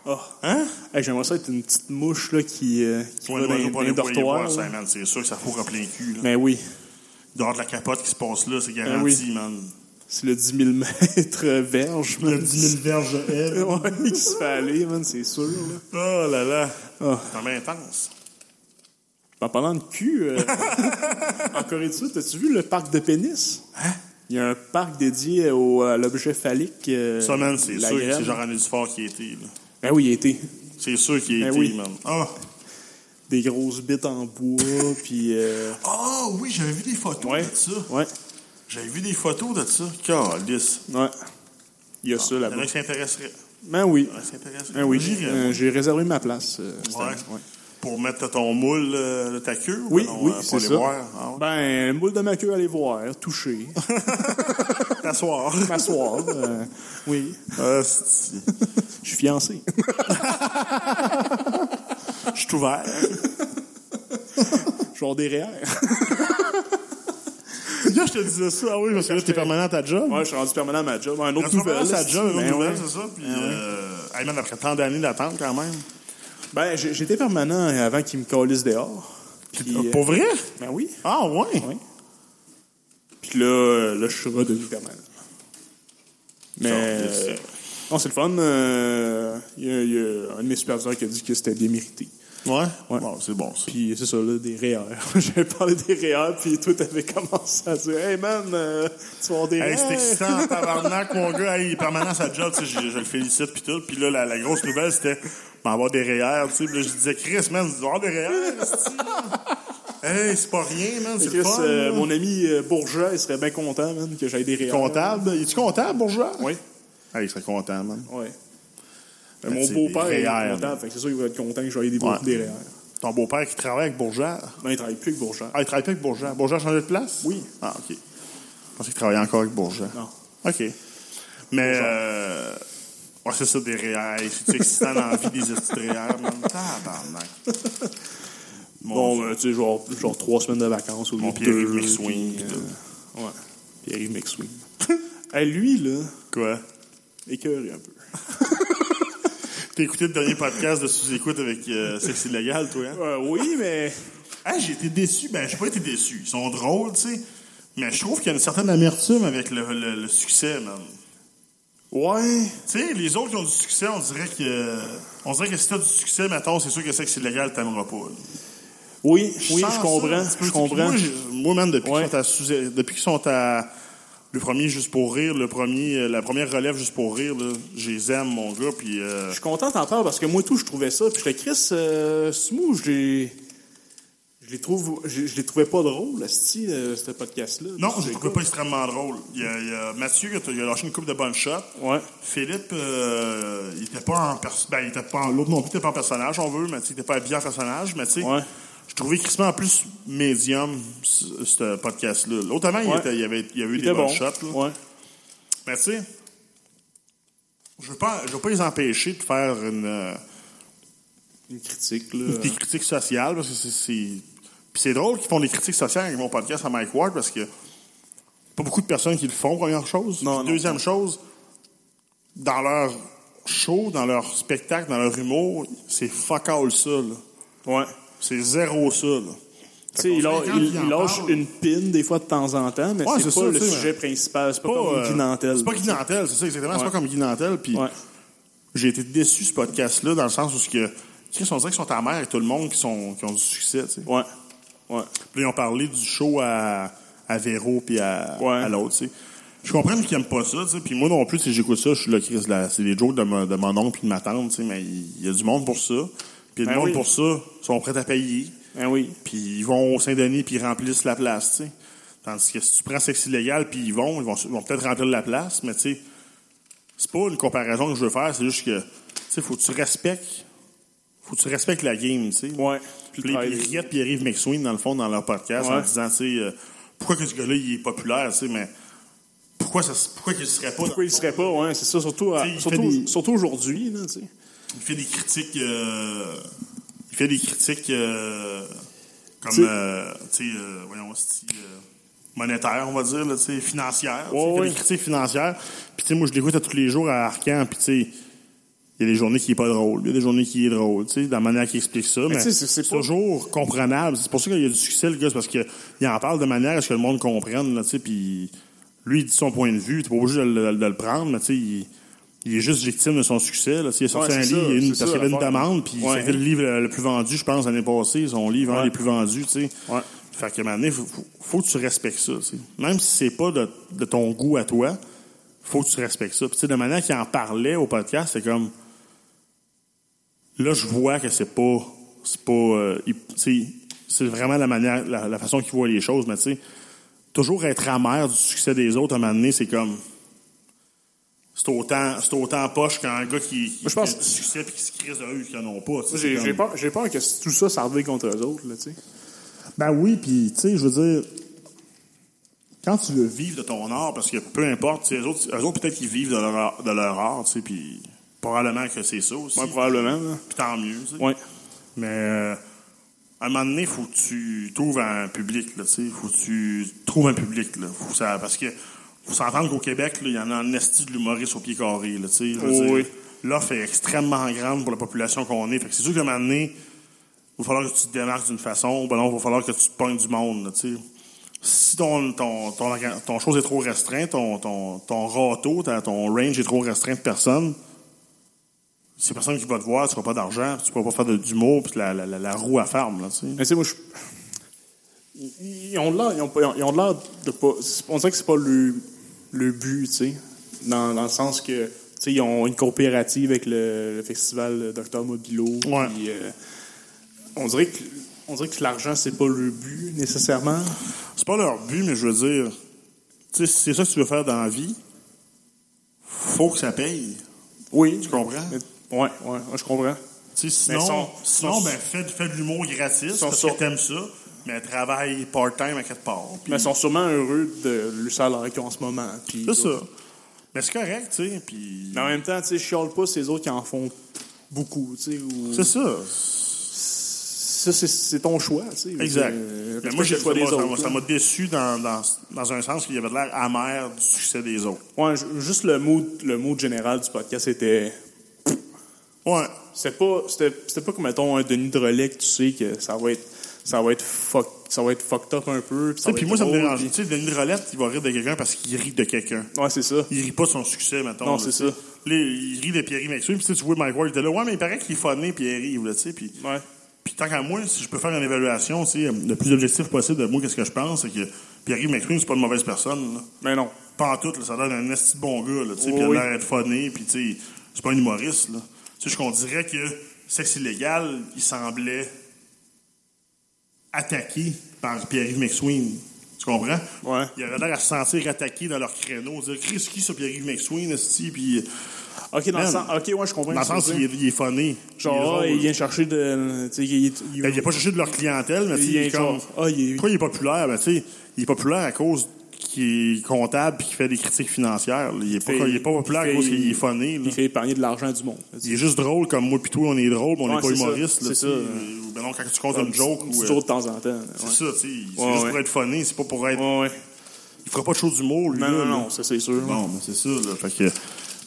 Ah.
Hein?
Hey, J'aimerais ça être une petite mouche là, qui, euh, qui
Ouais,
va
ouais,
dans,
ouais,
les- dans
ouais,
les
ouais,
dortoirs.
ouais,
là.
ça, man, c'est sûr que ça fourre en plein cul, là.
Ben oui,
Dehors de la capote qui se passe là, c'est
Ben
garanti,
oui.
man.
c'est le 10 000 mètres euh, verge.
Il y a
man.
10 000 verges de haie.
ouais, qui se fait aller, man, c'est sûr. là.
Oh là là.
Ah.
C'est quand même intense.
En parlant de Ben, cul, euh, en Corée du Sud, as-tu vu le parc de pénis?
Hein?
Il y a un parc dédié au, à l'objet phallique. euh,
Ça, man, c'est
la
sûr que
graine.
c'est Jean-René Dufort qui a été. là.
Ben oui, il était.
C'est sûr qu'il a
Ben
été,
oui.
man. Ah,
Des grosses bites en bois, puis... euh,
Ah, oui, j'avais vu des photos
ouais,
de ça.
ouais,
J'avais vu des photos de ça. Calice.
ouais. Il y a ça
Il y en
là-bas.
a qui s'intéresseraient.
Ben oui,
Il y en a qui s'intéresseraient.
ben oui.
J'irais,
Euh,
moi.
J'ai réservé ma place. euh, cette
Ouais.
année, ouais.
Pour mettre ton moule euh, de ta queue? ou
Oui,
non,
oui,
euh,
c'est
Pour les
ça.
voir. Ah, ouais.
Ben, moule de ma queue, allez voir, toucher,
T'asseoir.
m'asseoir. euh, oui,
Ah, c'est-
je suis fiancé.
Je suis ouvert.
Je vais avoir des REER.
Là, je te disais ça. Ah oui, parce
Parce que là, t'es permanent à ta job.
Ouais, je suis rendu permanent à ma job. Un autre
Quand tu
nouvelle.
vas sa job, une
Ben
autre nouvelle,
ouais.
c'est ça. Puis, euh, hey, man, après tant d'années d'attente, quand même.
Ben, j'ai- j'étais permanent euh, avant qu'ils me calissent dehors. Puis,
Ah,
euh,
Pour vrai?
ben oui.
Ah, ouais.
Ouais. Puis là, euh, là, je suis redevenu permanent. Mais,
Sorti.
euh, non, c'est le fun. euh, Il y, a- il y a un de mes superviseurs qui a dit que c'était bien mérité.
Ouais.
Ouais.
Bon, c'est bon, ça.
Puis c'est ça, là, des REER. J'avais parlé des REER, puis toi, t'avais commencé à dire « Hey, man, euh, tu vas avoir des
Hey, c'est
REER?
excitant, tabarnak, mon gars. Hey, il est permanent à sa job, tu sais, je, je le félicite, puis tout. Puis là, la, la grosse nouvelle, c'était, m'en avoir des REER, tu sais. Puis là, je disais, Chris, man, tu dois avoir des REER, esti, là. Hey, c'est pas rien, man, c'est
Chris,
le fun.
euh,
là.
mon ami euh, Bourgeois, il serait bien content, man, que j'aille des REER.
Comptable. Es-tu comptable, bourgeois?
Oui,
Hey, il serait hein. content, man.
oui.
Ben,
mon
c'est
beau-père
des
il est
REER,
content, fait que c'est sûr qu'il va être content que j'aille des,
Ouais.
des REER.
Ton beau-père qui travaille avec bourgeois.
Non, il travaille plus avec Bourgeois.
Ah, il travaille plus avec bourgeois. Bourgeois a changé de place?
Oui.
Ah, OK. Je pensais qu'il travaillait encore avec bourgeois.
Non.
OK. Mais, euh, ouais, c'est ça, des REER. C'est excitant dans la vie des estis de REER, man. Tabarnak.
Bon, ben, tu sais, genre, genre trois semaines de vacances au lieu
Mon
de
Pierre-Yves
deux,
McSween,
puis,
puis
euh, ouais, Pierre-Yves McSween. hey, lui, là,
Quoi?
écœuré un peu.
T'as écouté le dernier podcast de sous-écoute avec euh, Sexe illégal, toi, hein?
Euh, oui, mais...
Ah, j'ai été déçu. Ben, j'ai pas été déçu. Ils sont drôles, tu sais. Mais je trouve qu'il y a une certaine amertume avec le, le- le succès, man.
Ouais...
Tu sais, les autres qui ont du succès, on dirait que. On dirait que si t'as du succès, maintenant, c'est sûr que Sexe illégal, t'aimeras pas. là.
Oui, oui,
sens
je
ça
comprends,
un petit peu.
je
Puis
comprends.
Moi, je- moi, man, depuis
Ouais.
qu'ils sont à sous- depuis qu'ils sont à le premier juste pour rire, le premier, euh, la première relève juste pour rire, là, je les aime, mon gars, puis euh,
Je suis content d'en parler parce que moi tout je trouvais ça puis je Chris euh, Smooth, je les je les trouve je, je les trouvais pas drôles asti euh, ce podcast là.
non, je le trouvais pas extrêmement drôle. Il y a, il y a Mathieu, il a- il a lâché une coupe de bonnes shots.
Ouais.
Philippe, euh, il était pas en pers- ben, il était pas en- l'autre non plus, il était pas en personnage, on veut, mais tu sais, il était pas habillé en personnage, mais tu sais,
Ouais.
je trouvais crissement plus médium ce ce podcast-là. L'autre avant, il,
Ouais.
était- il y avait, il y avait eu
C'était
des bonnes
bon.
shots. là.
Ouais.
Mais tu sais, je veux pas, je veux pas les empêcher de faire une, euh,
Une critique là.
des critiques sociales parce que c'est. c'est- Puis c'est drôle qu'ils font des critiques sociales avec mon podcast à Mike Ward parce que pas beaucoup de personnes qui le font, première chose.
Non,
Puis
non.
deuxième chose, dans leur show, dans leur spectacle, dans leur humour, c'est fuck all ça, là.
Ouais.
C'est zéro ça, là.
Tu sais, il,
qu'on
lâche-
sait quand
il-
il en
il lâche
parle.
une pine des fois de temps en temps, mais
Ouais,
c'est
c'est
pas
ça,
le
tu sais,
sujet
mais-
principal. C'est pas,
Pas,
comme
euh,
Guy Nantel.
C'est pas Guy Nantel, c'est ça, exactement. C'est
Ouais.
pas comme Guy Nantel. Puis
Ouais.
j'ai été déçu ce podcast-là dans le sens où ce que, Chris, on dirait qu'ils sont amers avec tout le monde qui, sont, qui ont du succès. tu sais.
Ouais. Ouais.
Puis là, ils ont parlé du show à, à Véro puis à,
Ouais.
à l'autre. tu sais. Je comprends qu'ils n'aiment pas ça. tu sais. Puis moi non plus, si j'écoute ça, je suis là, Chris, là, c'est des jokes de, mon- de mon oncle puis de ma tante. tu sais, Mais il y a du monde pour ça. Puis le
Ben
monde
oui.
pour ça sont prêts à payer.
Ben oui.
Puis ils vont au Saint-Denis puis ils remplissent la place. tu sais. Tandis que si tu prends sexe illégal puis ils vont, ils vont, ils vont peut-être remplir la place. Mais tu sais, c'est pas une comparaison que je veux faire. C'est juste que, tu sais, faut que tu respectes. Faut que tu respectes la game, tu sais.
Ouais.
Puis les
travailler.
Pierrette puis Pierre-Yves McSween, dans le fond, dans leur podcast,
Ouais.
en disant, tu sais, euh, pourquoi que ce gars-là, il est populaire, tu sais, mais pourquoi, ça, se- pourquoi qu'il serait pas...
Pourquoi il serait pas, ouais, c'est ça, surtout, à-
Tu sais, il
surtout,
fait des-
surtout aujourd'hui, là, tu sais.
Il fait des critiques... euh, il fait des critiques euh, comme,
Tu sais-
euh, tu sais, euh, voyons, c'est, euh, monétaires, on va dire, là, tu sais, financières. tu sais,
Ouais,
il fait
ouais.
des critiques financières. Puis, tu sais, moi, je l'écoute à tous les jours à Arcan, puis, tu sais, il y a des journées qui est pas drôle, il y a des journées qui est drôle, tu sais, dans la manière qu'il explique ça, mais,
tu sais, c'est- c'est
c'est
pas-
toujours comprenable. C'est pour ça qu'il y a du succès, le gars, c'est parce qu'il en parle de manière à ce que le monde comprenne, là, tu sais, puis lui, il dit son point de vue, t'es pas obligé de, le- de le prendre, mais, tu sais, il, il il est juste victime de son succès. Là. S'il a sorti
Ouais,
un
c'est
livre,
ça,
il y a une-
c'est
parce
ça,
qu'il y avait une
l'affaire.
demande, puis
Ouais.
c'était le livre le, le plus vendu, je pense, l'année passée. Son livre, un
Ouais.
des plus vendus, tu sais.
Ouais.
Fait que, à un moment donné, faut, faut- faut que tu respectes ça, tu sais. Même si c'est pas de, de ton goût à toi, faut que tu respectes ça. Puis, tu sais, de manière qu'il en parlait au podcast, c'est comme... Là, je vois que c'est pas... C'est pas... euh, il- tu sais, c'est vraiment la manière, la, la façon qu'il voit les choses, mais tu sais, toujours être amer du succès des autres, à un moment donné, c'est comme... C'est autant, c'est autant poche qu'un gars qui, qui
Moi, je pense-
a du succès puis qui se crise de eux qui en ont pas. tu
Moi,
sais, c'est
J'ai
comme-
j'ai peur, j'ai peur que c- tout ça, ça revienne contre eux autres, là, tu sais.
Ben oui, puis tu sais, je veux dire, quand tu le vis,
vivre de ton art parce que peu importe, tu sais, eux autres, eux autres peut-être qu'ils vivent de leur, art- de leur art, tu sais, puis probablement que c'est ça aussi.
Ouais, probablement, là.
Puis tant mieux, tu sais.
Ouais.
Mais euh, à un moment donné, faut que tu trouves un public, là, tu sais, faut que tu trouves un public, là, faut que ça, parce que faut s'entendre qu'au Québec, là, il y en a un esti de l'humoriste au pied carré, là, tu sais. je veux
Oh
dire,
oui.
L'offre est extrêmement grande pour la population qu'on est, fait que c'est sûr qu'à un moment donné, il va falloir que tu te démarques d'une façon, ben non, il va falloir que tu te pognes du monde, là, tu sais. Si ton, ton, ton, orga- ton chose est trop restreint, ton, ton, ton râteau, ta- ton range est trop restreint de personnes, c'est personne qui va te voir, tu n'auras pas d'argent, tu ne pourras pas faire de- d'humour, puis la, la, la, la roue à ferme, là, tu sais.
Mais tu sais, moi, je. Ils ils ont de l'air, ils ont, pas- ils ont de l'air de pas. c'est- On dirait que c'est pas le, le but, tu sais. Dans, dans le sens que, tu sais, ils ont une coopérative avec le, le festival Docteur Mobilo.
Ouais.
puis, euh, on dirait que. On dirait que l'argent, c'est pas le but, nécessairement.
C'est pas leur but, mais je veux dire, tu sais, si c'est ça que tu veux faire dans la vie, faut que ça paye.
Oui.
Tu comprends?
Mais- Ouais, ouais, ouais, je comprends.
Tu sais,
Mais
sinon,
sont-
sinon
sont-
ben, fais, fais de l'humour gratis,
sont
parce
sur-
que t'aimes ça, mais travaille part-time à quelque part. puis-
Mais ils sont sûrement heureux de le salaire qu'ils ont en ce moment. puis-
C'est ça. Mais c'est correct, tu sais, puis...
Mais en même temps, tu sais, je chiale pas ces autres qui en font beaucoup, tu sais. ou-
C'est ça.
Ça, c'est- c'est ton choix, tu sais.
Exact.
Euh,
mais moi, j'ai
le choix
ça
des
m'a- ça m'a-
autres. hein.
ça m'a déçu dans, dans, dans un sens qu'il y avait de l'air amer du succès des autres.
Ouais, ju- juste le mot, le mot général du podcast, c'était...
Ouais.
C'était pas, c'était c'était pas comme, mettons, un Denis Drolet que tu sais que ça va être, ça va être, fuck, ça va être fucked up un peu.
Tu sais,
va
puis
être
moi, ça me
Ah drôle,
dérange. Tu sais, Denis Rolette, il va rire de quelqu'un parce qu'il rit de quelqu'un.
puis- Ouais, c'est ça.
Il rit pas de son succès, maintenant.
Non, c'est ça.
Là, il rit de Pierre Maxwell, puis tu sais, tu vois Mike Ward, il était là, ouais, mais il paraît qu'il est funné, puis il arrive, là, tu sais, puis...
Ouais.
Puis tant qu'à moi, si je peux faire une évaluation, tu sais, le plus objectif possible de moi, qu'est-ce que je pense, c'est que Pierre Maxwell, c'est pas une mauvaise personne, là.
Mais Ben non.
Pas en tout, là, ça donne un esti de bon gars, là, tu sais,
Oui,
puis il a
Oh oui.
l'air d'être funné, puis tu sais, c'est pas un humoriste, là. Tu sais, qu'on dirait que Sexe illégal, il semblait attaqué par Pierre-Yves McSween. Tu comprends?
Ouais.
Il avait l'air à se sentir attaqué dans leur créneau, dire « Chris, qui ça, Pierre-Yves McSween, esti? » Puis
OK, dans le
Man.
sens... OK, ouais, je comprends.
Ben dans le
ce que
sens,
tu
il
veux
est, il est funné.
dire. Genre, ah, il
il est drôle.
vient chercher de... Tu sais, il est... il-
Ben, il a pas cherché de leur clientèle, mais tu sais,
il
il est
est
comme...
genre, Ah, il est...
Pourquoi il est populaire? Ben, tu sais, il est populaire à cause qu'il est comptable et qu'il fait des critiques financières. là. Il est pas,
Fait-
il est pas populaire à
fait-
cause qu'il est funné. là.
Il fait épargner de l'argent du monde.
Il est juste drôle, comme moi pis toi, on est drôle, mais on n'est
Ouais,
pas
c'est ça.
humoriste. là,
C'est
tu sais.
ça.
Ou Ben non, quand tu comptes une joke
Un
ou...
petit
euh,
tour de temps en temps.
C'est
ouais.
ça, tu sais. C'est
Ouais,
juste
ouais.
pour être funné, c'est pas pour être...
Ouais, ouais.
Il fera pas de show d'humour, lui.
Non,
là,
non,
là.
non, ça c'est sûr.
Non, mais c'est ça, là. Fait que...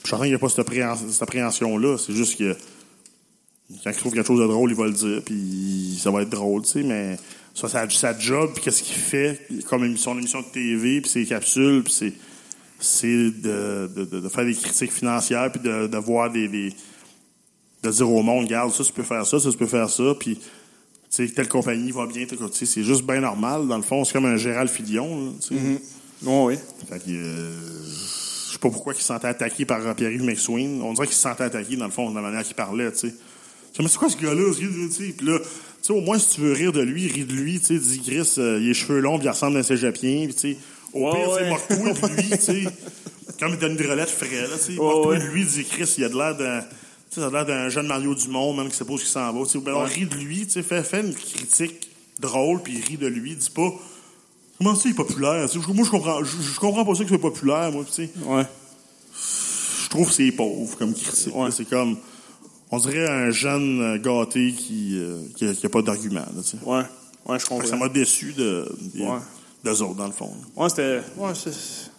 Je suis en train qu'il n'y a pas cette, appréhen- cette appréhension-là. C'est juste que... Quand il trouve quelque chose de drôle, il va le dire, puis ça va être drôle, tu sais, mais... Ça, sa, sa job, puis qu'est-ce qu'il fait, comme émission, émission de TV, puis ses capsules, puis c'est... C'est de, de, de- de faire des critiques financières, puis de, de voir des... des- de dire au monde, regarde, ça, tu peux faire ça, ça, tu peux faire ça, puis... Tu sais, telle compagnie va bien, telle- tu sais, c'est juste bien normal. Dans le fond, c'est comme un Gérald Filion, là, tu sais.
Ouais, ouais.
Fait que, euh, je sais pas pourquoi il se sentait attaqué par euh, Pierre-Yves McSween. On dirait qu'il se sentait attaqué, dans le fond, de la manière qu'il parlait, tu sais. Je me dis, c'est quoi ce gars-là? ce gars-là, tu sais? Puis là, tu sais, au moins, si tu veux rire de lui, ris de lui, tu sais, dis, Gris, euh, il a les cheveux longs, puis il ressemble à un cégepien, puis tu sais, au
Ouais,
pire, tu sais,
ouais.
moque-toi de lui, tu sais. Comme il donne une relève frais, là, tu
Ouais,
sais. Moque-toi
ouais.
de lui, dis, Chris, il a de l'air d'un... Tu sais, ça a l'air d'un jeune Mario Dumont, même, qui sait pas où il s'en va. Tu sais, ben, on rit de lui, tu sais, fais, fais une critique drôle, puis ris de lui, dis pas... Comment ça, il est populaire? Tu sais, moi, je comprends, je, je comprends pas ça que c'est populaire, moi. tu sais.
Ouais.
Je trouve que c'est pauvre comme critique.
Ouais.
C'est comme, on dirait un jeune euh, gâté qui, euh, qui, a, qui a pas d'argument. là, tu sais.
Ouais, ouais, je
Fait que Ça
comprends.
m'a déçu de, des
Ouais.
d'eux autres, dans le fond. là.
Ouais, c'était. Ouais, c'est-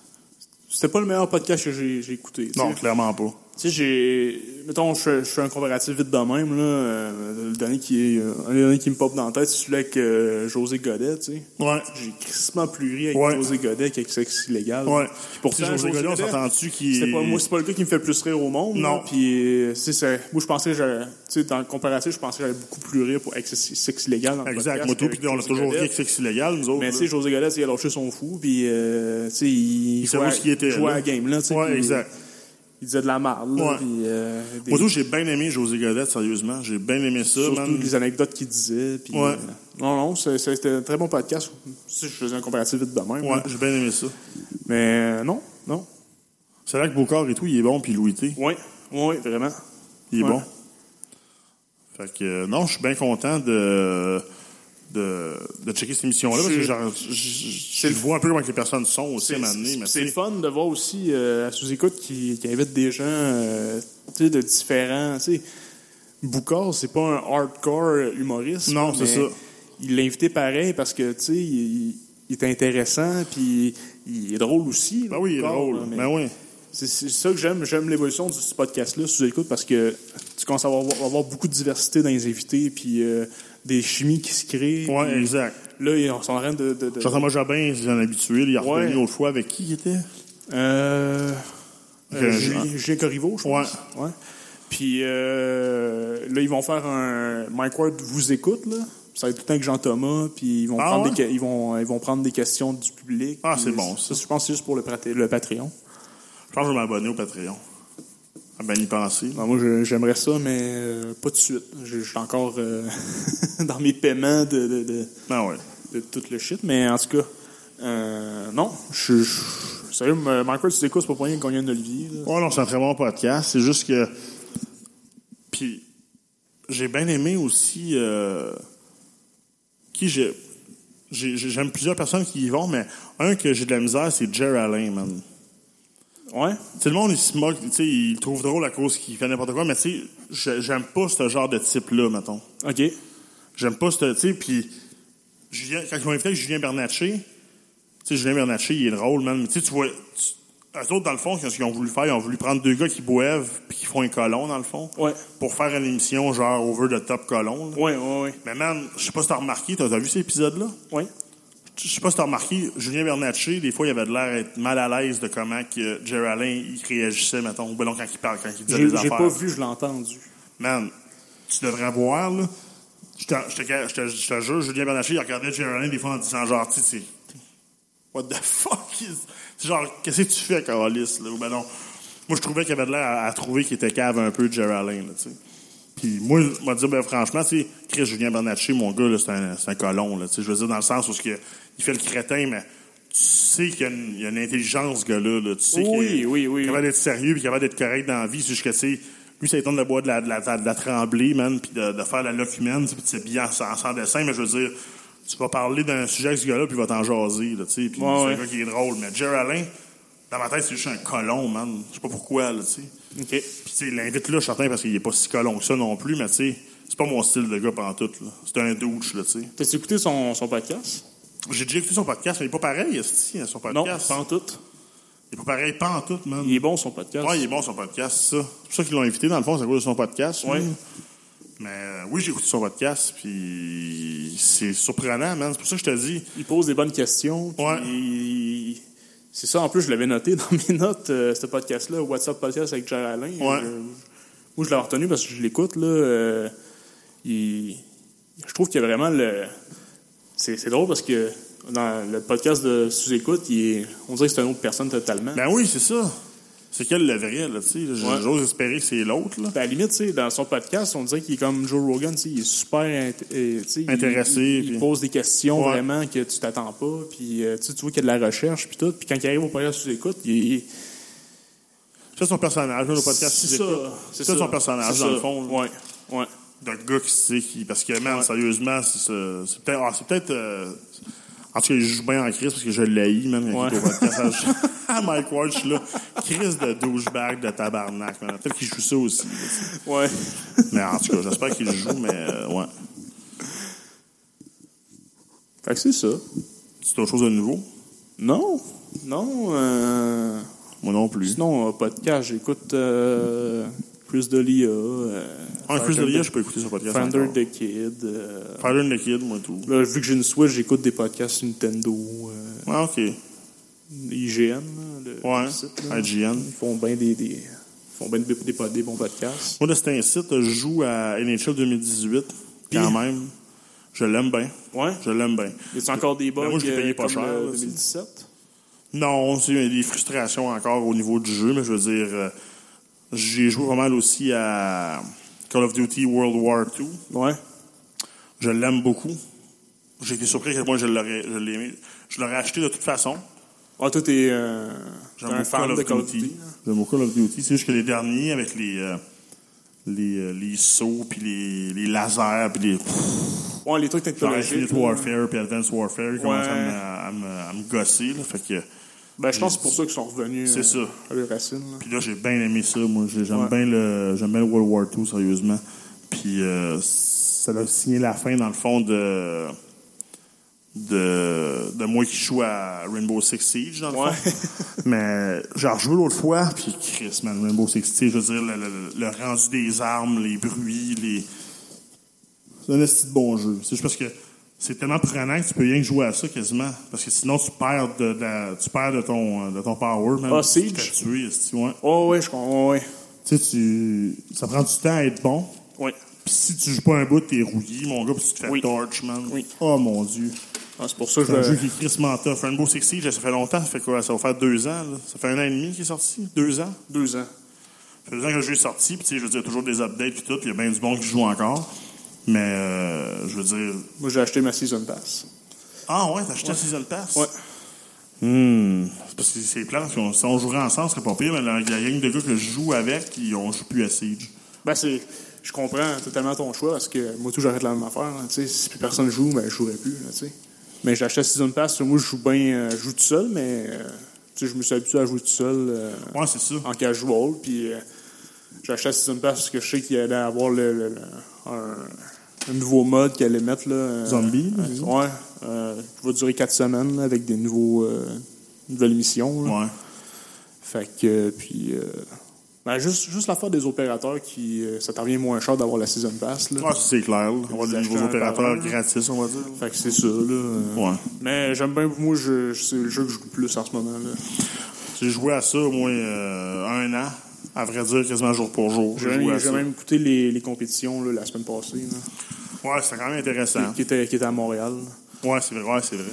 c'était pas le meilleur podcast que j'ai j'ai écouté. tu
Non,
sais.
clairement pas.
Tu sais, j'ai. Mettons, je fais- je fais un comparatif vite de même, là. Euh, le dernier qui est. Un des derniers qui me pop dans la tête, c'est celui avec euh, José Godet, tu sais.
Ouais.
J'ai crissement plus ri avec
Ouais.
José Godet qu'avec Sexe Illégal.
Ouais.
Pour
Pour ça, José Godet, on s'entend-tu qu'il.
C'est pas, moi, c'est pas le gars qui me fait le plus rire au monde.
Non.
là. Puis, euh, c'est ça. Moi, je pensais, que j'avais- tu sais, dans le comparatif, je pensais que j'allais beaucoup plus rire pour avec Sexe Sexe Illégal. dans le
Exact.
podcast
Moi, tout,
qu'avec
puis on a
José
toujours
Godet.
dit que c'est illégal, nous autres.
Mais
là.
tu sais, José Godet, tu sais, il a lâché son fou, puis euh, tu sais, il,
Il
jouait,
savait ce qu'il était,
jouait
là.
à la game, là. tu sais,
Ouais,
puis
exact.
Il disait de la marde, là,
Ouais.
puis, euh, des-
Moi, tout, j'ai bien aimé José Godet, sérieusement. J'ai bien aimé ça,
surtout
man.
les anecdotes qu'il disait. Puis,
Ouais.
euh, non, non, c'est- c'était un très bon podcast. Si je faisais un comparatif vite de même.
Ouais,
là.
j'ai bien aimé ça.
Mais euh, non, non.
C'est là que Bocard et tout, il est bon, puis Louis T,
Oui, oui, vraiment.
il est
Ouais.
bon. Fait que, euh, non, je suis bien content de, de, de checker cette émission-là, parce que
C'est-
genre, je- je je vois un peu comment que les personnes sont aussi, à un moment donné, mais
C'est
tu
le
sais,
fun de voir aussi euh, à sous-écoute qui, qui invite des gens euh, tu sais, de différents. tu sais. Boucard, c'est pas un hardcore humoriste.
Non,
mais
c'est ça.
Il l'a invité pareil parce que tu sais, il, il est intéressant puis il est drôle aussi.
Ben oui, il est
Boucard,
drôle.
là, mais
Ben oui.
C'est c'est ça que j'aime. J'aime l'évolution de ce podcast-là sous-écoute parce que tu commences à avoir, avoir beaucoup de diversité dans les invités puis euh, des chimies qui se créent.
Ouais,
puis euh,
exact.
Là, on s'en rend de. de, de-
Jean-Thomas Jabin, c'est un habitué, il a
Ouais.
revenu l'autre fois avec qui il était?
Euh,
Avec
Euh,
un-
Julien Julien Corriveau, je pense. Ouais. Puis euh, là, ils vont faire un. Mike Ward vous écoute, là. Ça va être tout le temps que Jean-Thomas, puis ils vont,
Ah
prendre
ouais?
des, que- ils, vont, ils vont prendre des questions du public.
Ah,
puis
c'est bon, ça.
Je pense que c'est juste pour le, praté- le Patreon.
Je pense que je vais m'abonner au Patreon. Ah ben, y penser.
Non, moi, je- j'aimerais ça, mais euh, pas de suite. Je je suis encore euh, dans mes paiements de, de, de-
Ah ouais.
de tout le shit, mais en tout cas, euh, non. Je, je, sérieux, Mike Ward, tu écoutes, c'est pas pour rien qu'on gagne un Olivier. là.
Ouais, non, c'est un très bon podcast. C'est juste que. Puis, j'ai bien aimé aussi. euh, Qui j'ai. j'ai- j'ai- J'aime plusieurs personnes qui y vont, mais un que j'ai de la misère, c'est Jer Alain, man.
Ouais?
Tu sais, le monde, il se moque, tu sais, il le trouve drôle à cause qu'il fait n'importe quoi, mais tu sais, j'ai- j'aime pas ce genre de type-là, mettons.
OK.
J'aime pas ce. Tu sais, puis. Julien, quand ils m'ont invité avec Julien Bernatchez, tu sais, Julien Bernatchez, il est drôle, man. Mais tu sais, tu vois. tu- eux autres, dans le fond, ce qu'ils ont voulu faire, ils ont voulu prendre deux gars qui boivent puis qui font un colon, dans le fond,
Ouais.
pour faire une émission genre over the top colon. là.
Ouais, ouais, ouais.
Mais man, je sais pas si t'as remarqué, t'as t'as vu cet épisode-là?
Ouais.
Je sais pas si t'as remarqué, Julien Bernatchez, des fois, il avait de l'air d'être mal à l'aise de comment que Jerry Alain, il réagissait, mettons, ou ben non, quand il parle, quand il disait
J'ai
des
j'ai
affaires.
pas vu, je l'ai entendu.
Man, tu devrais voir, là. Je te, je te, je te- je te jure, Julien Bernatchez, il regardait Geraldine des fois en disant genre, tu sais, c'est- what the fuck is. C'est genre, qu'est-ce que tu fais, Carolis, là? Ou Ben non. Moi, je trouvais qu'il avait de l'air à, à trouver qu'il était cave un peu, Geraldine, là, tu sais. Puis moi, je vais dire, ben franchement, tu sais, Chris Julien Bernatchez, mon gars, là, c'est un, c'est un colon, là, tu sais. Je veux dire, dans le sens où ce que- il fait le crétin, mais tu sais qu'il y a une, il y a une intelligence, ce gars-là, là. Tu sais
Oui,
qu'il est-
oui, oui.
qu'il est capable d'être sérieux, puis capable d'être correct dans la vie, c'est juste que, tu sais, lui, ça étonne de boire de la, de la, de la tremblée, man, puis de, de faire la locumène, puis de s'habiller en, en sans dessin, mais je veux dire, tu vas parler d'un sujet avec ce gars-là, puis il va t'en jaser, là, tu sais, puis
Ouais,
c'est
ouais.
un gars qui est drôle. Mais Jerry Alain, dans ma tête, c'est juste un colon, man. Je sais pas pourquoi, là, tu sais.
OK.
Puis, tu sais, l'invite là, je suis certain, parce qu'il est pas si colon que ça non plus, mais tu sais, c'est pas mon style de gars pantoute, là. C'est un douche, là, tu sais.
T'as-tu écouté son, son podcast?
J'ai déjà écouté son podcast, mais il est pas pareil, esti, hein, son
Non,
podcast.
pas en tout.
Il est pas pareil pantoute, man.
Il est bon, son podcast.
Ouais, Ah, il est bon son podcast, ça. C'est pour ça qu'ils l'ont invité, dans le fond, c'est à cause de son podcast.
Ouais.
lui. Mais euh, oui, j'ai écouté son podcast, puis c'est surprenant, man. C'est pour ça que je te dis.
Il pose des bonnes questions. puis
Ouais.
il- C'est ça, en plus, je l'avais noté dans mes notes, euh, ce podcast-là, WhatsApp Podcast avec Jerry Alain.
Ouais.
Je- moi, je l'ai retenu parce que je l'écoute. là. euh, il- Je trouve qu'il y a vraiment le. C'est c'est drôle parce que dans le podcast de Sous-Écoute, il est- on dirait que c'est une autre personne totalement.
Ben oui, c'est ça. C'est quel le vrai, là, tu sais.
Ouais.
J'ose espérer que c'est l'autre, là.
Ben, à la limite, tu sais, dans son podcast, on dirait qu'il est comme Joe Rogan, tu sais, il est super int- euh, tu sais, il-
Intéressé,
Il, il
puis-
pose des questions
Ouais.
vraiment que tu t'attends pas, puis euh, tu sais, tu vois qu'il y a de la recherche, puis tout. Puis quand il arrive au podcast, tu l'écoutes, il est.
C'est son personnage, là, le podcast. tu l'écoutes. C'est ça son personnage,
c'est
dans
ça.
le fond.
Ouais. Ouais.
d'un gars qui sait qui. Parce que, man, sérieusement, c'est ça- c'est peut-être. ah, c'est peut-être. euh, en tout cas, je joue bien en crise parce que je l'ai, man, quand il est au
Ouais.
podcast. Ah, Mike Ward, je suis là. Crise de douchebag, de tabarnak, man. Peut-être qu'il joue ça aussi.
Ouais.
Mais en tout cas, j'espère qu'il joue, mais euh, ouais.
Fait que c'est ça.
C'est autre chose de nouveau.
Non. Non. euh,
Moi non plus.
Sinon, euh, podcast, j'écoute euh, Chris D'Elia. Euh,
Ah, Chris Delia, je peux écouter son podcast.
Founder
encore.
the Kid. euh,
Founder the Kid, moi tout.
là, vu que j'ai une Switch, j'écoute des podcasts Nintendo, euh,
Ah, ok.
IGN. là, le-
Ouais.
le site, là.
IGN.
Ils font bien des, des, ils font bien des, des, pod- des bons podcasts.
Moi, de cet incite, je joue à NHL 2018. Quand
Puis-
même. Je l'aime bien.
Ouais.
Je l'aime bien.
Y a encore des bugs
moi, je l'ai payé
euh,
pas
comme
cher,
le
là,
2017?
Non, c'est- il y a des frustrations encore au niveau du jeu, mais je veux dire, euh, j'ai joué pas mal aussi à Call of Duty World War II.
Ouais.
Je l'aime beaucoup. J'ai été surpris à quel point je l'aurais je l'ai aimé. Je l'aurais acheté de toute façon.
Ah, toi, t'es euh, t'es
J'aime
un
beaucoup
fan de Call of Duty. hein?
J'aime beaucoup Call of Duty. C'est juste que les derniers, avec les, euh, les, euh, les sauts, puis les, les lasers, puis les...
Ouais, les trucs
Genre
technologiques.
Infinite
là.
Warfare, puis Advanced Warfare, qui commencent à,
hein. Ouais.
me- à me- à me gosser, là. Fait que...
Ben, je pense que c'est pour ça qu'ils sont revenus euh,
C'est ça.
à leurs racines. là.
Puis là, j'ai bien aimé ça, moi. J'ai- J'aime
Ouais.
bien le j'aime bien le World War II, sérieusement. Puis euh, ça a signé la fin, dans le fond, de, de, de moi qui joue à Rainbow Six Siege, dans le
Ouais.
fond. Mais j'ai rejoué l'autre fois, puis Chris, man, Rainbow Six Siege, je veux dire, le, le- le rendu des armes, les bruits, les... C'est un esti de bon jeu. C'est juste parce que c'est tellement prenant que tu peux rien que jouer à ça, quasiment. Parce que sinon, tu perds de, la- tu perds de, ton, de ton power, même.
Ah,
Tu te
Siege?
fais tuer, esti, ouais.
Oh, ouais, je comprends. Ouais.
Tu sais, tu... ça prend du temps à être bon.
ouais.
Puis si tu joues pas un bout, t'es rouillé, mon gars, puis tu te fais
Oui.
torch, man.
Oui.
Oh mon dieu.
Ah, c'est pour ça que
C'est un
je
jeu
le-
qui est crissement tough. Rainbow Six Siege, ça fait longtemps, ça fait quoi? Ça va faire deux ans, là. Ça fait un an et demi qu'il est sorti? Deux ans?
deux ans.
Ça fait deux ans que le jeu est sorti, puis tu sais, je veux dire, toujours des updates puis tout, puis il y a bien du monde qui joue encore. Mais, euh, je veux dire...
Moi, j'ai acheté ma Season Pass.
Ah ouais, t'as acheté un Season Pass?
Ouais.
Hmm. C'est parce que c'est plein, parce qu'on- si on jouerait ensemble, ce serait pas pire, mais la, la gang de gars que je joue avec, ils ont joue plus à Siege.
Ben, c'est. Je comprends totalement ton choix parce que moi, tout, j'arrête la même affaire. là, tu sais. si plus personne joue, ben, je jouerai plus. là, tu sais. mais j'ai acheté Season Pass. Moi, je joue bien. euh, je joue tout seul, mais euh, tu sais, je me suis habitué à jouer tout seul euh,
Ouais, c'est ça.
en casual. Puis euh, j'ai acheté Season Pass parce que je sais qu'il allait avoir le, le- le- un, un nouveau mode qu'il allait mettre. Là, euh,
Zombie,
euh,
disons.
ouais. euh, qui va durer quatre semaines là, avec des nouveaux, euh, nouvelles missions. là.
Ouais.
Fait que, euh, puis. euh, ben, juste, juste l'affaire des opérateurs qui. euh, ça t'en revient moins cher d'avoir la Season Pass, là.
Ah, ça, c'est clair. là. On va des
Ils
nouveaux
achètent un par
opérateurs
un.
gratis, on va dire.
Fait que c'est ça, là. euh.
Ouais.
Mais j'aime bien. Moi, je, je- c'est le jeu que je joue le plus en ce moment, là.
J'ai joué à ça au moins euh, un an. À vrai dire, quasiment jour pour jour.
J'ai
J'ai joué à
même, j'ai
ça.
même écouté les, les compétitions, là, la semaine passée, là,
Ouais, c'était quand même intéressant.
qui, qui était, qui était à Montréal.
Ouais, c'est vrai. Ouais, c'est vrai.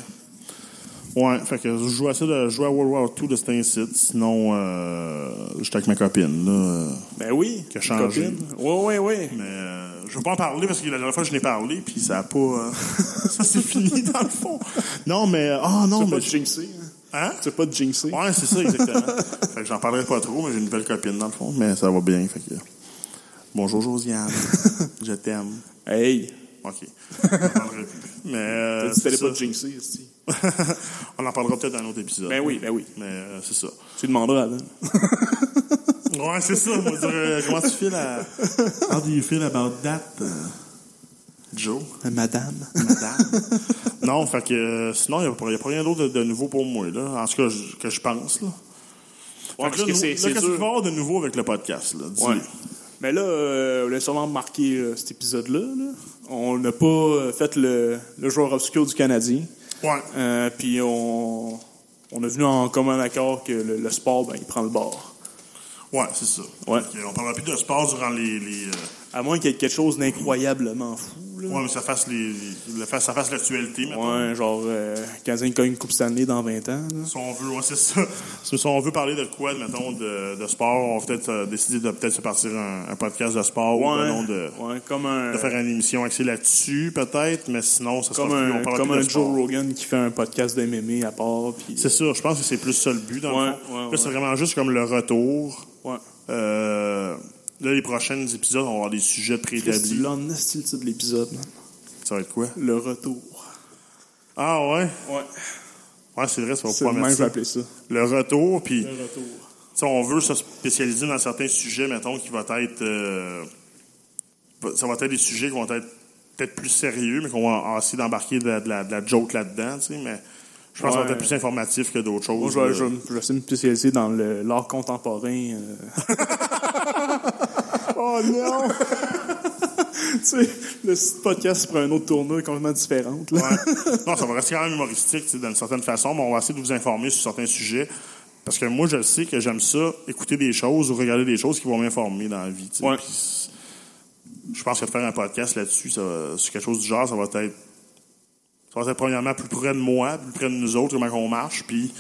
Ouais, fait que je joue à ça, de, je joue à World War II de cet incite. Sinon, euh, j'étais avec ma copine, là.
Ben oui.
Qui a changé.
copine. Ouais, ouais, ouais.
Mais euh, je veux pas en parler parce que la dernière fois, je n'ai parlé, puis ça a pas. euh, ça, c'est fini, dans le fond. Non, mais. Ah, non,
C'est pas
mais.
de jinxer, hein.
Hein?
C'est pas de jinxer.
Ouais, c'est ça, exactement. fait que j'en parlerai pas trop, mais j'ai une nouvelle copine, dans le fond. Mais ça va bien, fait que... Bonjour, Josiane. je t'aime.
Hey!
OK. On en parlera plus. Mais...
T'as
euh,
dit que t'allais
c'est
pas de jinxer, esti.
ça. On en parlera peut-être dans un autre épisode.
Ben oui, ben oui.
Mais euh, c'est ça.
Tu demanderas Ben. avant.
Ouais, c'est ça. On va dire, euh, comment tu feel à... How do you feel about that, euh, Joe?
Madame.
non, fait que... euh, sinon, il n'y a, pas rien d'autre de, de nouveau pour moi, là. En tout cas, je- que je pense, là.
Ouais, Ah,
Fait
parce
là,
que
nous-
c'est
là,
c'est
qu'est-ce qu'il
dur.
va y avoir de nouveau avec le podcast, là? Dis-le.
Ouais. Mais là, euh, on l'a sûrement remarqué euh, cet épisode-là. là. On n'a pas euh, fait le, le joueur obscur du Canadien.
Ouais.
Euh, Puis on, on est venu en commun accord que le, le sport, ben, il prend le bord.
Ouais, c'est ça.
Ouais.
Fait que on parlera plus de sport durant les. les, euh,
À moins qu'il y ait quelque chose d'incroyablement fou. Là.
ouais, mais ça fasse les, les- le fa- ça fasse l'actualité. maintenant.
Ouais, genre, euh, Canadien gagne une Coupe Stanley dans 20 ans. là.
Si on veut, ouais, c'est ça. Si si on veut parler de quoi, mettons, de, de sport, on va peut-être euh, décider de peut-être se partir un, un podcast de sport ou
Ouais,
non, de,
ouais, comme un,
de faire une émission axée là-dessus, peut-être, mais sinon, ça sera
comme
plus,
un,
on parlera
comme
plus
un
de
Joe
sport.
Rogan qui fait un podcast de MMA à part. puis-
C'est ça, je pense que c'est plus ça le but, dans
Ouais,
le fond.
ouais,
là,
ouais.
c'est vraiment juste comme le retour.
Ouais.
Euh, là, les prochains épisodes, on va avoir des sujets
Qu'est-ce
préétablis.
que tu style de l'épisode? man?
Ça va être quoi?
Le retour.
Ah ouais?
Ouais.
Ouais, c'est vrai, ça va
C'est
pas
le même que je vais
mettre
appeler ça.
le retour, puis
Le retour.
tu sais, on veut se spécialiser dans certains sujets, mettons, qui va être, euh, ça va être des sujets qui vont être peut-être plus sérieux, mais qu'on va essayer d'embarquer de, la- de la, de la joke là-dedans, tu sais, mais Je pense
Ouais.
qu'on était plus informatif que d'autres choses.
Moi, je
là.
vais, je vais- je vais essayer de me spécialiser dans le- l'art contemporain. euh,
Oh non!
tu sais, le podcast prend un autre tournoi complètement différente. là.
Ouais. Non, ça va rester quand même humoristique, tu sais, d'une certaine façon, mais on va essayer de vous informer sur certains sujets. Parce que moi, je sais que j'aime ça, écouter des choses ou regarder des choses qui vont m'informer dans la vie. tu sais.
Ouais.
Puis c'est- je pense que faire un podcast là-dessus, ça va- sur quelque chose du genre, ça va être. Ça va être premièrement plus près de moi, plus près de nous autres, comment on marche, puis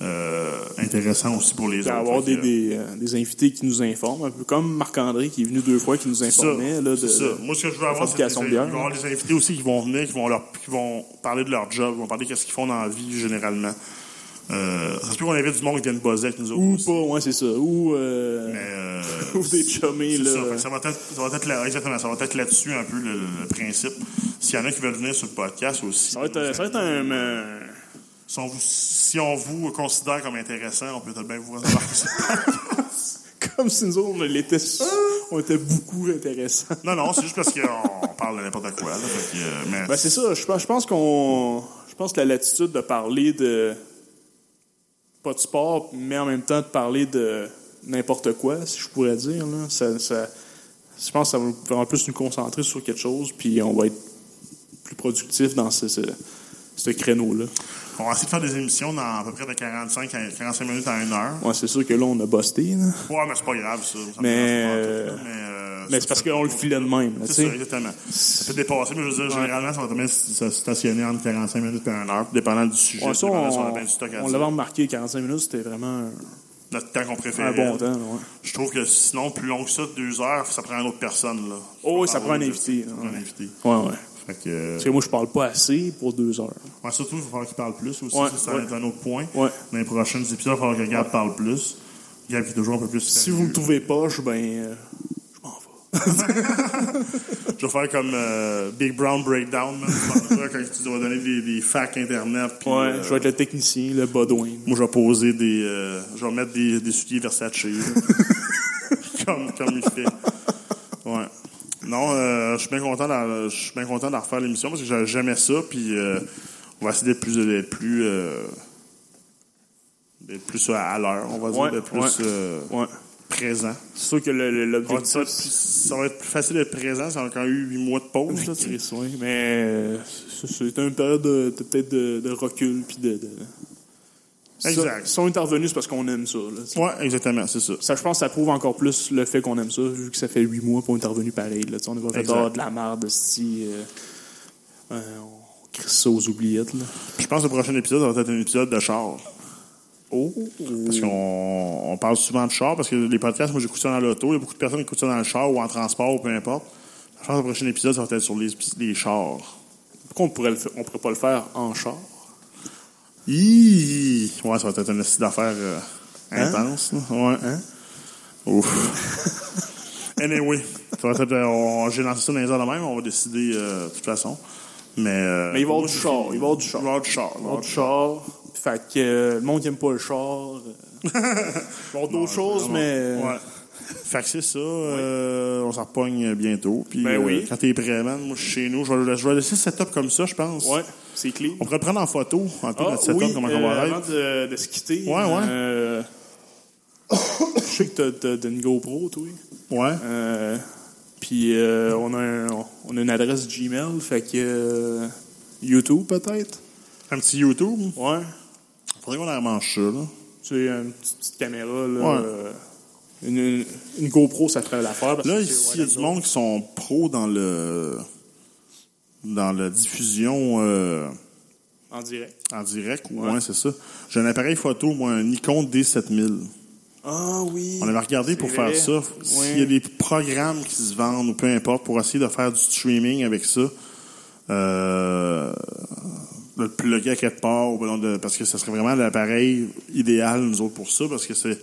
euh, intéressant aussi pour les
Puis
autres.
avoir
Fait
des,
que,
des, euh, des invités qui nous informent, un peu comme Marc-André qui est venu deux fois, qui nous
C'est ça.
informait. là, de-
C'est ça. Moi, ce que je veux avoir, c'est des,
fabrication de bière.
je veux avoir des invités aussi qui vont venir, qui vont, leur, qui vont parler de leur job, qui vont parler de ce qu'ils font dans la vie, généralement. Euh, ça se peut qu'on invite du monde qui vient de bosser avec nous autres.
Ou
aussi.
pas, ouais, c'est ça. Ou, euh,
Mais, euh,
ou des chummés,
c'est
là.
ça. Fait que ça va être, ça va être là, exactement, ça va être là-dessus un peu le, le principe. S'il y en a qui veulent venir sur le podcast aussi.
Ça va être, euh, ça va être un... euh,
Si on vous, si on vous considère comme intéressant, on peut peut-être bien vous recevoir sur le podcast.
comme si nous autres, on l'était,
Ah.
on était beaucoup intéressants.
Non, non, c'est juste parce qu'on parle de n'importe quoi. là. Fait que, euh, mais-
Ben, c'est ça. Je pense, je pense qu'on. Je pense que la latitude de parler de. Pas de sport, mais en même temps de parler de n'importe quoi, si je pourrais dire. Là. Ça, ça- je pense que ça va vraiment plus nous concentrer sur quelque chose, puis on va être plus productif dans ce, ce, ce créneau-là.
On va essayer de faire des émissions dans à peu près de 45 à 45 minutes à 1 heure.
Ouais, c'est sûr que là, on a busté. là.
Ouais, mais c'est pas grave, ça. Ça me
Mais,
dérange pas en tout,
euh,
là. mais, euh,
Mais
ça-
c'est parce
ça-
qu'on le filait de même. là, tu
C'est ça,
sais.
exactement. Ça peut dépasser, mais je veux dire, généralement, ça va te mettre se stationner entre 45 minutes et 1 heure, dépendant du sujet.
Ouais, ça,
dépendant si
on,
a bien du stock à
on
dire.
l'avait remarqué, 45 minutes, c'était vraiment
Notre temps qu'on préfère.
un, un bon temps. là, ouais.
Je trouve que sinon, plus long que ça, 2 heures, ça prend une autre personne. Là.
Oh, oui, ça
Parler
prend un
de-
invité,
Ça prend un
ouais.
invité.
Ouais, ouais.
Fait que, euh,
Parce que moi, je parle pas assez pour deux heures.
ouais, surtout, il va falloir qu'il parle plus aussi.
Ouais,
ça, ça
ouais.
va être un autre point.
Ouais.
Dans les prochains épisodes, il va falloir que Gab parle plus. Gab qui est toujours un peu plus.
Si vous me trouvez pas, je ben euh, je m'en vais.
Je vais faire comme euh, Big Brown Breakdown, man. Tu parles de ça quand tu dois donner des, des facts Internet. puis,
Ouais,
euh,
je vais être le technicien, le Baudouin.
Moi, je vais poser des. euh, je vais mettre des, des souliers Versace. là. comme, comme il fait. Ouais. Non, euh, je suis bien content d'en- je suis bien content d'en refaire l'émission parce que j'avais jamais ça. Puis euh, on va essayer d'être plus. d'être plus, euh, d'être plus euh, à à l'heure, on va dire.
Ouais,
d'être plus
ouais.
euh,
Ouais.
présent.
C'est sûr que le- le-
On va dire
l'objectif.
ça, ça va être plus facile d'être présent. Ça a encore eu huit mois de pause. là, tu sais.
c'est soin, mais euh, c'est- c'est une période de, de- peut-être de, de recul puis de, de-
Exact.
Si on est revenu, c'est parce qu'on aime ça. là.
Ouais, exactement, c'est ça.
Ça, je pense, que ça prouve encore plus le fait qu'on aime ça, vu que ça fait huit mois qu'on est revenu pareil. Là, Tu sais, on est pas fait
Exact.
Ah, de la merde, si euh, euh, on crisse ça aux oubliettes. Là.
Je pense que le prochain épisode ça va être un épisode de char.
Oh,
Parce qu'on on parle souvent de char, parce que les podcasts, moi j'écoute ça dans l'auto, il y a beaucoup de personnes qui écoutent ça dans le char ou en transport ou peu importe. Je pense que le prochain épisode, ça va être sur les, les chars.
pourquoi on pourrait le faire- on pourrait pas le faire en char?
Hi! Ouais, ça va être un essai d'affaires euh,
Hein?
intense. là. Ouais. Ouf. anyway, ça va être, euh, on- j'ai lancé ça dans les heures de même, on va décider euh, de toute façon. Mais, euh,
Mais il va y avoir
moi,
du
je-
char, il va y avoir du char.
Il va y avoir du char. il va y avoir
Mon char. Fait que euh, le monde qui aime pas le char. euh. Bon, d'autres choses, mais. euh,
Ouais. euh, Fait que c'est ça. euh, on s'en repogne bientôt. Puis
Ben
euh,
oui.
quand t'es prêt, man, moi, je suis chez nous, je vais, le- je vais laisser le setup comme ça, je pense.
Ouais, c'est clé.
On pourrait prendre en photo un peu notre setup, comment on
euh,
va
avant
être.
de, de se quitter.
Ouais, ouais.
euh, je sais que t'as- t'as t'as une GoPro, toi.
Ouais.
Euh, Puis euh, on, a un- on a une adresse Gmail, fait que. euh, YouTube, peut-être.
Un petit YouTube.
Ouais.
Faudrait qu'on en mange ça, là.
Tu sais, une petite, petite caméra, là.
Ouais.
euh, une, une- une GoPro, ça ferait l'affaire. parce
Là,
que,
ici, il y
ouais,
a du monde qui sont pros dans le. dans la diffusion euh,
En direct.
en direct. Ouais,
Ouais.
c'est ça. J'ai un appareil photo, moi, un Nikon D7000.
Ah oui.
On avait regardé
C'est
pour
vrai.
faire ça. S'il y a
Ouais.
des programmes qui se vendent ou peu importe pour essayer de faire du streaming avec ça, euh, de le plugger à quelque part, ou ben non, de- parce que ce serait vraiment l'appareil idéal, nous autres, pour ça, parce que c'est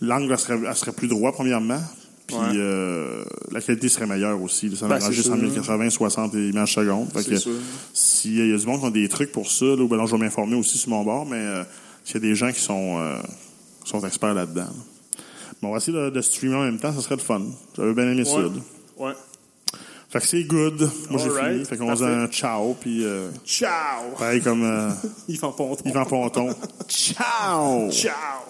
l'angle, elle serait, elle serait plus droit, premièrement, puis
Ouais.
euh, la qualité serait meilleure aussi. Ça
Ben,
enregistre en
c'est sûr.
1080, 60 images secondes. Fait
C'est
que
sûr.
S'il y a du monde qui a des trucs pour ça, là, ben non, je vais m'informer aussi sur mon bord, mais euh, s'il y a des gens qui sont, euh, qui sont experts là-dedans. là. Mais on va essayer de, de streamer en même temps, ça serait le fun. J'avais bien aimé ça.
Ouais.
là.
Ouais.
Fait que c'est good. Moi, j'ai
Alright.
fini. Fait qu'on
Parfait.
dit un ciao, puis euh,
Ciao!
pareil comme euh,
Yvan Ponton.
Yvan Ponton. ciao!
Ciao!